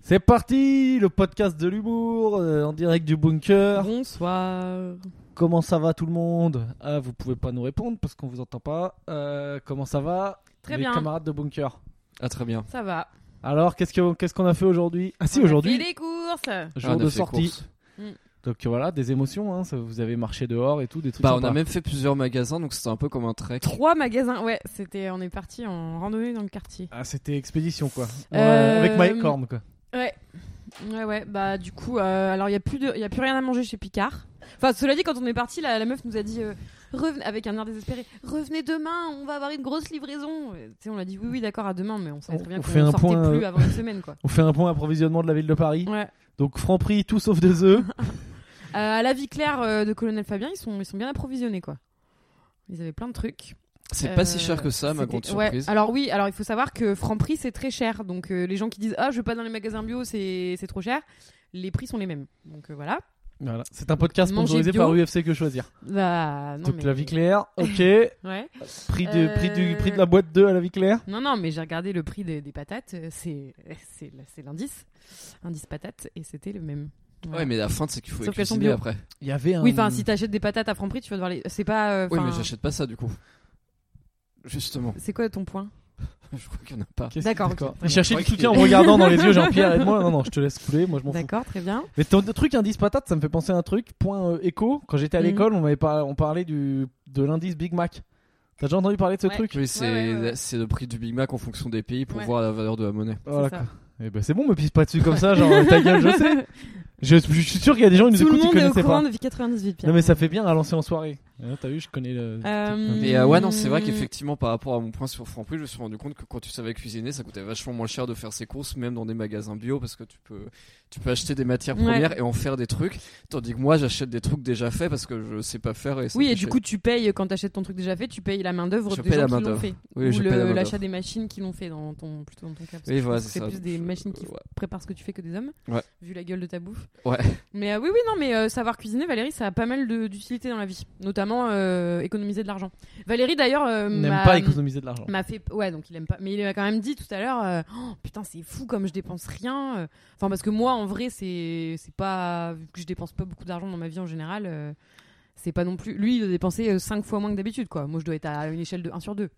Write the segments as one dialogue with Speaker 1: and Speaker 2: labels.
Speaker 1: C'est parti, le podcast de l'humour euh, en direct du bunker.
Speaker 2: Bonsoir.
Speaker 1: Comment ça va tout le monde ah, Vous pouvez pas nous répondre parce qu'on vous entend pas. Euh, comment ça va
Speaker 2: Très
Speaker 1: les
Speaker 2: bien.
Speaker 1: camarades de bunker
Speaker 3: Ah très bien.
Speaker 2: Ça va.
Speaker 1: Alors qu'est-ce que- qu'est-ce qu'on a fait aujourd'hui Ah si
Speaker 2: On a
Speaker 1: aujourd'hui,
Speaker 2: fait les courses.
Speaker 1: jour
Speaker 3: Ah, on a
Speaker 1: de
Speaker 3: fait
Speaker 1: sortie.
Speaker 3: course.
Speaker 1: Donc voilà, des émotions. Hein, ça- vous avez marché dehors et tout, des trucs.
Speaker 3: Bah on
Speaker 1: sympas.
Speaker 3: a même fait plusieurs magasins donc c'était un peu comme un trek.
Speaker 2: Trois magasins. Ouais, c'était. On est parti en randonnée dans le quartier.
Speaker 1: Ah c'était expédition quoi. Ouais,
Speaker 2: Euh,
Speaker 1: Avec Mike Horn quoi.
Speaker 2: Ouais. Ouais, ouais. Bah du coup, euh, alors il y a plus de, il y a plus rien à manger chez Picard. Enfin, cela dit, quand on est parti, la, la meuf nous a dit, euh, revenez avec un air désespéré, revenez demain, on va avoir une grosse livraison. Et, Tu sais, on a dit oui, oui, d'accord, à demain, mais on savait très bien
Speaker 1: On
Speaker 2: qu'on
Speaker 1: fait un
Speaker 2: sortait
Speaker 1: point,
Speaker 2: plus
Speaker 1: euh,
Speaker 2: avant une semaine, quoi.
Speaker 1: On fait un point approvisionnement de la ville de Paris.
Speaker 2: Ouais.
Speaker 1: Donc Franprix tout sauf des œufs.
Speaker 2: Euh, à la vie claire euh, de Colonel Fabien, ils sont, ils sont bien approvisionnés, quoi. Ils avaient plein de trucs.
Speaker 3: C'est pas
Speaker 2: Euh,
Speaker 3: si cher que ça ma
Speaker 2: c'était-
Speaker 3: grande
Speaker 2: ouais.
Speaker 3: surprise.
Speaker 2: Alors oui, alors il faut savoir que Franprix c'est très cher. Donc euh, les gens qui disent ah je vais pas dans les magasins bio c'est c'est trop cher, les prix sont les mêmes. Donc euh, voilà.
Speaker 1: Voilà. C'est un podcast
Speaker 2: Manger
Speaker 1: sponsorisé
Speaker 2: bio.
Speaker 1: par UFC que choisir.
Speaker 2: Bah, non,
Speaker 1: Donc
Speaker 2: mais-
Speaker 1: la vie claire, ok.
Speaker 2: Ouais.
Speaker 1: Prix, de, prix, du,
Speaker 2: Euh,
Speaker 1: prix de la boîte 2 à la vie claire.
Speaker 2: Non non mais j'ai regardé le prix des, des patates, euh, c'est c'est c'est l'indice, indice patate et c'était le même. Voilà.
Speaker 3: Ouais mais la fin c'est qu'il faut les
Speaker 2: ah, Sauf qu'elles sont
Speaker 3: cuisiner
Speaker 2: bio.
Speaker 3: après.
Speaker 1: Il y avait un.
Speaker 2: Oui enfin si t'achètes des patates à Franprix tu vas devoir les c'est pas. euh,
Speaker 3: Oui mais
Speaker 2: enfin,
Speaker 3: j'achète pas ça du coup. Justement,
Speaker 2: C'est quoi ton point
Speaker 3: je crois qu'il y en a pas.
Speaker 1: Qu'est-ce-
Speaker 2: D'accord. ok.
Speaker 1: Il cherchait
Speaker 3: Je
Speaker 1: du
Speaker 3: crois
Speaker 1: soutien en
Speaker 3: qu'il-
Speaker 1: me regardant dans les yeux, Jean-Pierre, aide-moi. Non, non, je te laisse couler, moi je m'en fous.
Speaker 2: D'accord très bien.
Speaker 1: Mais ton truc indice patate, ça me fait penser à un truc. Point euh, écho, quand j'étais à
Speaker 2: Mhm.
Speaker 1: l'école, on, m'avait par- on parlait du, de l'indice Big Mac. T'as déjà entendu parler de ce
Speaker 2: Ouais.
Speaker 1: truc
Speaker 3: Oui, c'est
Speaker 2: ouais, ouais, ouais.
Speaker 3: c'est le prix du Big Mac en fonction des pays pour
Speaker 2: Ouais.
Speaker 3: voir la valeur de la monnaie.
Speaker 1: Voilà
Speaker 2: ça.
Speaker 1: quoi. Eh ben c'est bon, me pisse pas dessus comme ça, genre ta gueule, je sais. Je, je suis sûr qu'il y a des gens qui nous
Speaker 2: Tout
Speaker 1: écoutent
Speaker 2: le
Speaker 1: qui
Speaker 2: monde est au
Speaker 1: connaissaient
Speaker 2: courant
Speaker 1: pas.
Speaker 2: de vie 98 Pierre.
Speaker 1: Non, mais ça fait bien à lancer en soirée. Hein, T'as vu, je connais le.
Speaker 2: Euh,
Speaker 3: Mais euh, ouais non,
Speaker 2: Hmm.
Speaker 3: c'est vrai qu'effectivement par rapport à mon point sur Franprix, je me suis rendu compte que quand tu savais cuisiner, ça coûtait vachement moins cher de faire ses courses même dans des magasins bio parce que tu peux tu peux acheter des matières
Speaker 2: Ouais.
Speaker 3: premières et en faire des trucs tandis que moi j'achète des trucs déjà faits parce que je sais pas faire et ça
Speaker 2: Oui, et
Speaker 3: me fait
Speaker 2: du
Speaker 3: chier.
Speaker 2: coup, tu payes, quand tu achètes ton truc déjà fait, tu payes la main-d'œuvre
Speaker 3: Je
Speaker 2: des
Speaker 3: paye
Speaker 2: gens
Speaker 3: la
Speaker 2: qui l'ont
Speaker 3: main-d'œuvre.
Speaker 2: fait.
Speaker 3: Oui,
Speaker 2: ou
Speaker 3: je
Speaker 2: le-
Speaker 3: paye la main-d'œuvre.
Speaker 2: l'achat des machines qui l'ont fait, dans ton, plutôt dans ton cas. parce que
Speaker 3: Oui,
Speaker 2: je
Speaker 3: voilà,
Speaker 2: pense que
Speaker 3: c'est ça.
Speaker 2: plus des
Speaker 3: Je-
Speaker 2: machines qui
Speaker 3: euh, ouais.
Speaker 2: préparent ce que tu fais que des hommes,
Speaker 3: Ouais.
Speaker 2: vu la gueule de ta bouffe.
Speaker 3: Ouais.
Speaker 2: Mais euh, oui, oui, non, mais euh, savoir cuisiner, Valérie, ça a pas mal de- d'utilité dans la vie, notamment euh, économiser de l'argent. Valérie, d'ailleurs, euh,
Speaker 1: N'aime
Speaker 2: m'a-
Speaker 1: pas économiser de l'argent.
Speaker 2: m'a fait ouais donc il aime pas mais il m'a quand même dit tout à l'heure euh, Oh, putain c'est fou comme je dépense rien euh. enfin parce que moi en vrai c'est c'est pas vu que je dépense pas beaucoup d'argent dans ma vie en général euh, c'est pas non plus lui il a dépensé 5 fois moins que d'habitude quoi moi je dois être à une échelle de 1 sur 2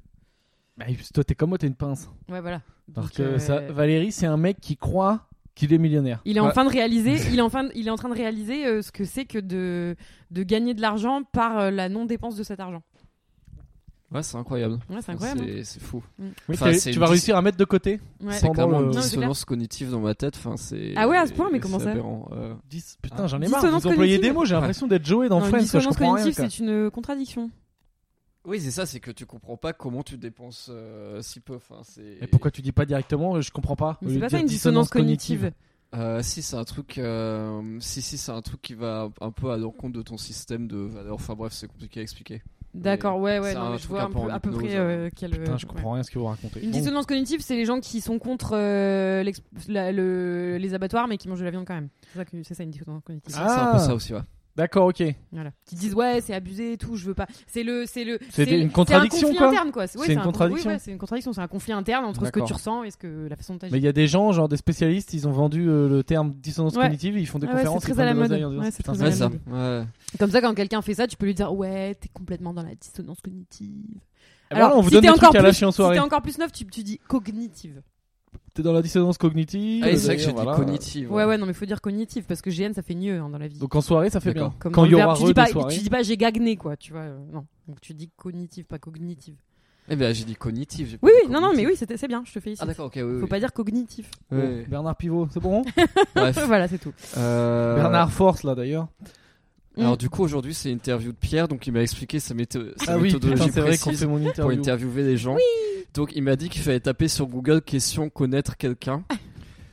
Speaker 1: Bah, toi, t'es comme moi, t'es une pince.
Speaker 2: ouais voilà
Speaker 1: Alors
Speaker 2: Donc,
Speaker 1: que
Speaker 2: euh,
Speaker 1: ça, Valérie, c'est un mec qui croit qu'il est millionnaire.
Speaker 2: il est en
Speaker 3: Ouais.
Speaker 2: train de réaliser il est en fin de- il est en train de réaliser euh, ce que c'est que de de gagner de l'argent par euh, la non dépense de cet argent
Speaker 3: Ouais, c'est incroyable.
Speaker 2: ouais c'est incroyable
Speaker 3: C'est- C'est fou.
Speaker 1: Oui,
Speaker 3: Enfin,
Speaker 1: t'as-
Speaker 3: c'est
Speaker 1: tu
Speaker 3: une
Speaker 1: vas
Speaker 3: dis-
Speaker 1: réussir à mettre de côté
Speaker 2: hein. Ouais.
Speaker 3: C'est
Speaker 1: Pendant
Speaker 3: clairement
Speaker 1: le-
Speaker 3: une
Speaker 2: Non, c'est clair.
Speaker 3: dissonance cognitive dans ma tête. Enfin, c'est.
Speaker 2: Ah ouais, à ce point, mais
Speaker 3: c'est
Speaker 2: comment ça
Speaker 3: aberrant. Euh,
Speaker 1: Dix-
Speaker 3: Ah.
Speaker 1: Putain, j'en ai marre. Vous
Speaker 2: Dissonance
Speaker 1: employez des
Speaker 2: cognitive.
Speaker 1: mots, j'ai l'impression d'être Joey dans
Speaker 2: Non, une
Speaker 1: Friends. quoi, Je
Speaker 2: dissonance
Speaker 1: comprends rien.
Speaker 2: cognitive
Speaker 1: quoi.
Speaker 2: c'est une euh, contradiction
Speaker 3: Oui, c'est ça, c'est que tu comprends pas comment tu dépenses euh, si peu. Enfin, c'est.
Speaker 1: Et pourquoi tu dis pas directement Je comprends pas. Au
Speaker 2: mais c'est
Speaker 1: lieu
Speaker 2: pas
Speaker 1: de
Speaker 2: ça
Speaker 1: dire
Speaker 2: une dissonance cognitive
Speaker 3: Euh, si, c'est un truc. euh, si, si, c'est un truc qui va un peu à l'encontre de ton système de valeurs. Enfin, bref, c'est compliqué à expliquer.
Speaker 2: D'accord, ouais, ouais,
Speaker 3: c'est
Speaker 2: non,
Speaker 3: un
Speaker 2: mais je
Speaker 3: truc
Speaker 2: vois
Speaker 3: un
Speaker 2: un
Speaker 3: peu
Speaker 2: peu,
Speaker 3: en
Speaker 2: à peu
Speaker 3: hypnose,
Speaker 2: près
Speaker 3: hein.
Speaker 2: euh, quel.
Speaker 1: Putain, je
Speaker 2: ouais.
Speaker 1: comprends rien à ce que vous racontez.
Speaker 2: Une
Speaker 1: Bon.
Speaker 2: dissonance cognitive, c'est les gens qui sont contre euh, l'ex- la- le- les abattoirs mais qui mangent de la viande quand même. C'est ça, que- c'est ça une dissonance cognitive.
Speaker 1: Ah.
Speaker 3: C'est un peu ça aussi, ouais.
Speaker 1: D'accord, ok.
Speaker 2: Voilà. Qui disent ouais, c'est abusé et tout, je veux pas. C'est le, c'est le.
Speaker 1: C'est des-
Speaker 2: le-
Speaker 1: une contradiction,
Speaker 2: C'est un conflit
Speaker 1: quoi.
Speaker 2: interne quoi. C'est ouais,
Speaker 1: C'est une
Speaker 2: un con- oui,
Speaker 1: contradiction.
Speaker 2: ouais, c'est une contradiction. C'est un conflit interne entre ce que
Speaker 1: D'accord.
Speaker 2: tu ressens et ce que la façon de
Speaker 1: Mais
Speaker 2: t'agir.
Speaker 1: il y a des gens, genre des spécialistes, ils ont vendu euh, le terme dissonance
Speaker 2: Ouais.
Speaker 1: cognitive, ils font des
Speaker 2: Ah ouais,
Speaker 1: conférences,
Speaker 2: c'est
Speaker 1: ils
Speaker 2: très à la
Speaker 1: prennent
Speaker 2: mode.
Speaker 1: de l'oseille en disant,
Speaker 2: Ouais, c'est
Speaker 1: putain,
Speaker 2: très à
Speaker 3: Ouais,
Speaker 2: la
Speaker 3: ça.
Speaker 2: mode.
Speaker 3: Ouais. Ah,
Speaker 2: Comme ça, quand quelqu'un fait ça, tu peux lui dire ouais, t'es complètement dans la dissonance cognitive.
Speaker 1: Eh ben voilà, on vous
Speaker 2: si
Speaker 1: donne
Speaker 2: t'es
Speaker 1: des trucs
Speaker 2: encore
Speaker 1: à
Speaker 2: plus-
Speaker 1: lâcher en soirée.
Speaker 2: Si t'es encore plus neuf, tu, tu dis cognitive.
Speaker 1: T'es dans la dissonance cognitive.
Speaker 3: Ah, et c'est vrai que j'ai
Speaker 1: d'ailleurs,
Speaker 3: dit
Speaker 1: voilà.
Speaker 3: cognitive.
Speaker 2: Ouais, ouais, non, mais faut dire cognitive parce que GN ça fait mieux hein, dans la vie.
Speaker 1: Donc en soirée, ça fait bien.
Speaker 3: D'accord.
Speaker 2: Comme
Speaker 1: Quand
Speaker 2: dans
Speaker 1: il y
Speaker 2: le verbe,
Speaker 1: aura
Speaker 2: tu dis
Speaker 1: re de
Speaker 2: pas,
Speaker 1: soirée.
Speaker 2: tu dis pas j'ai gagné quoi, tu vois, euh, non. Donc tu dis cognitive, pas cognitive.
Speaker 3: Eh ben, j'ai dit cognitive. j'ai pas
Speaker 2: Oui,
Speaker 3: dit
Speaker 2: oui, non, non, mais
Speaker 3: cognitive.
Speaker 2: oui, c'était- c'est bien, je te félicite.
Speaker 3: Ah, d'accord, ok, oui. oui.
Speaker 2: Faut pas dire cognitif.
Speaker 3: Ouais.
Speaker 1: Bon, Bernard Pivot, c'est bon
Speaker 3: Bref.
Speaker 2: voilà, c'est tout.
Speaker 3: Euh,
Speaker 1: Bernard Force, là d'ailleurs.
Speaker 3: Alors
Speaker 2: Mm.
Speaker 3: du coup aujourd'hui c'est l'interview de Pierre donc il m'a expliqué sa, métho- sa
Speaker 1: Ah oui,
Speaker 3: méthodologie
Speaker 1: putain, c'est vrai qu'on
Speaker 3: précise
Speaker 1: fait mon
Speaker 3: pour
Speaker 1: interview.
Speaker 3: interviewer les gens. donc il m'a dit qu'il fallait taper sur Google question connaître quelqu'un.
Speaker 2: Ah.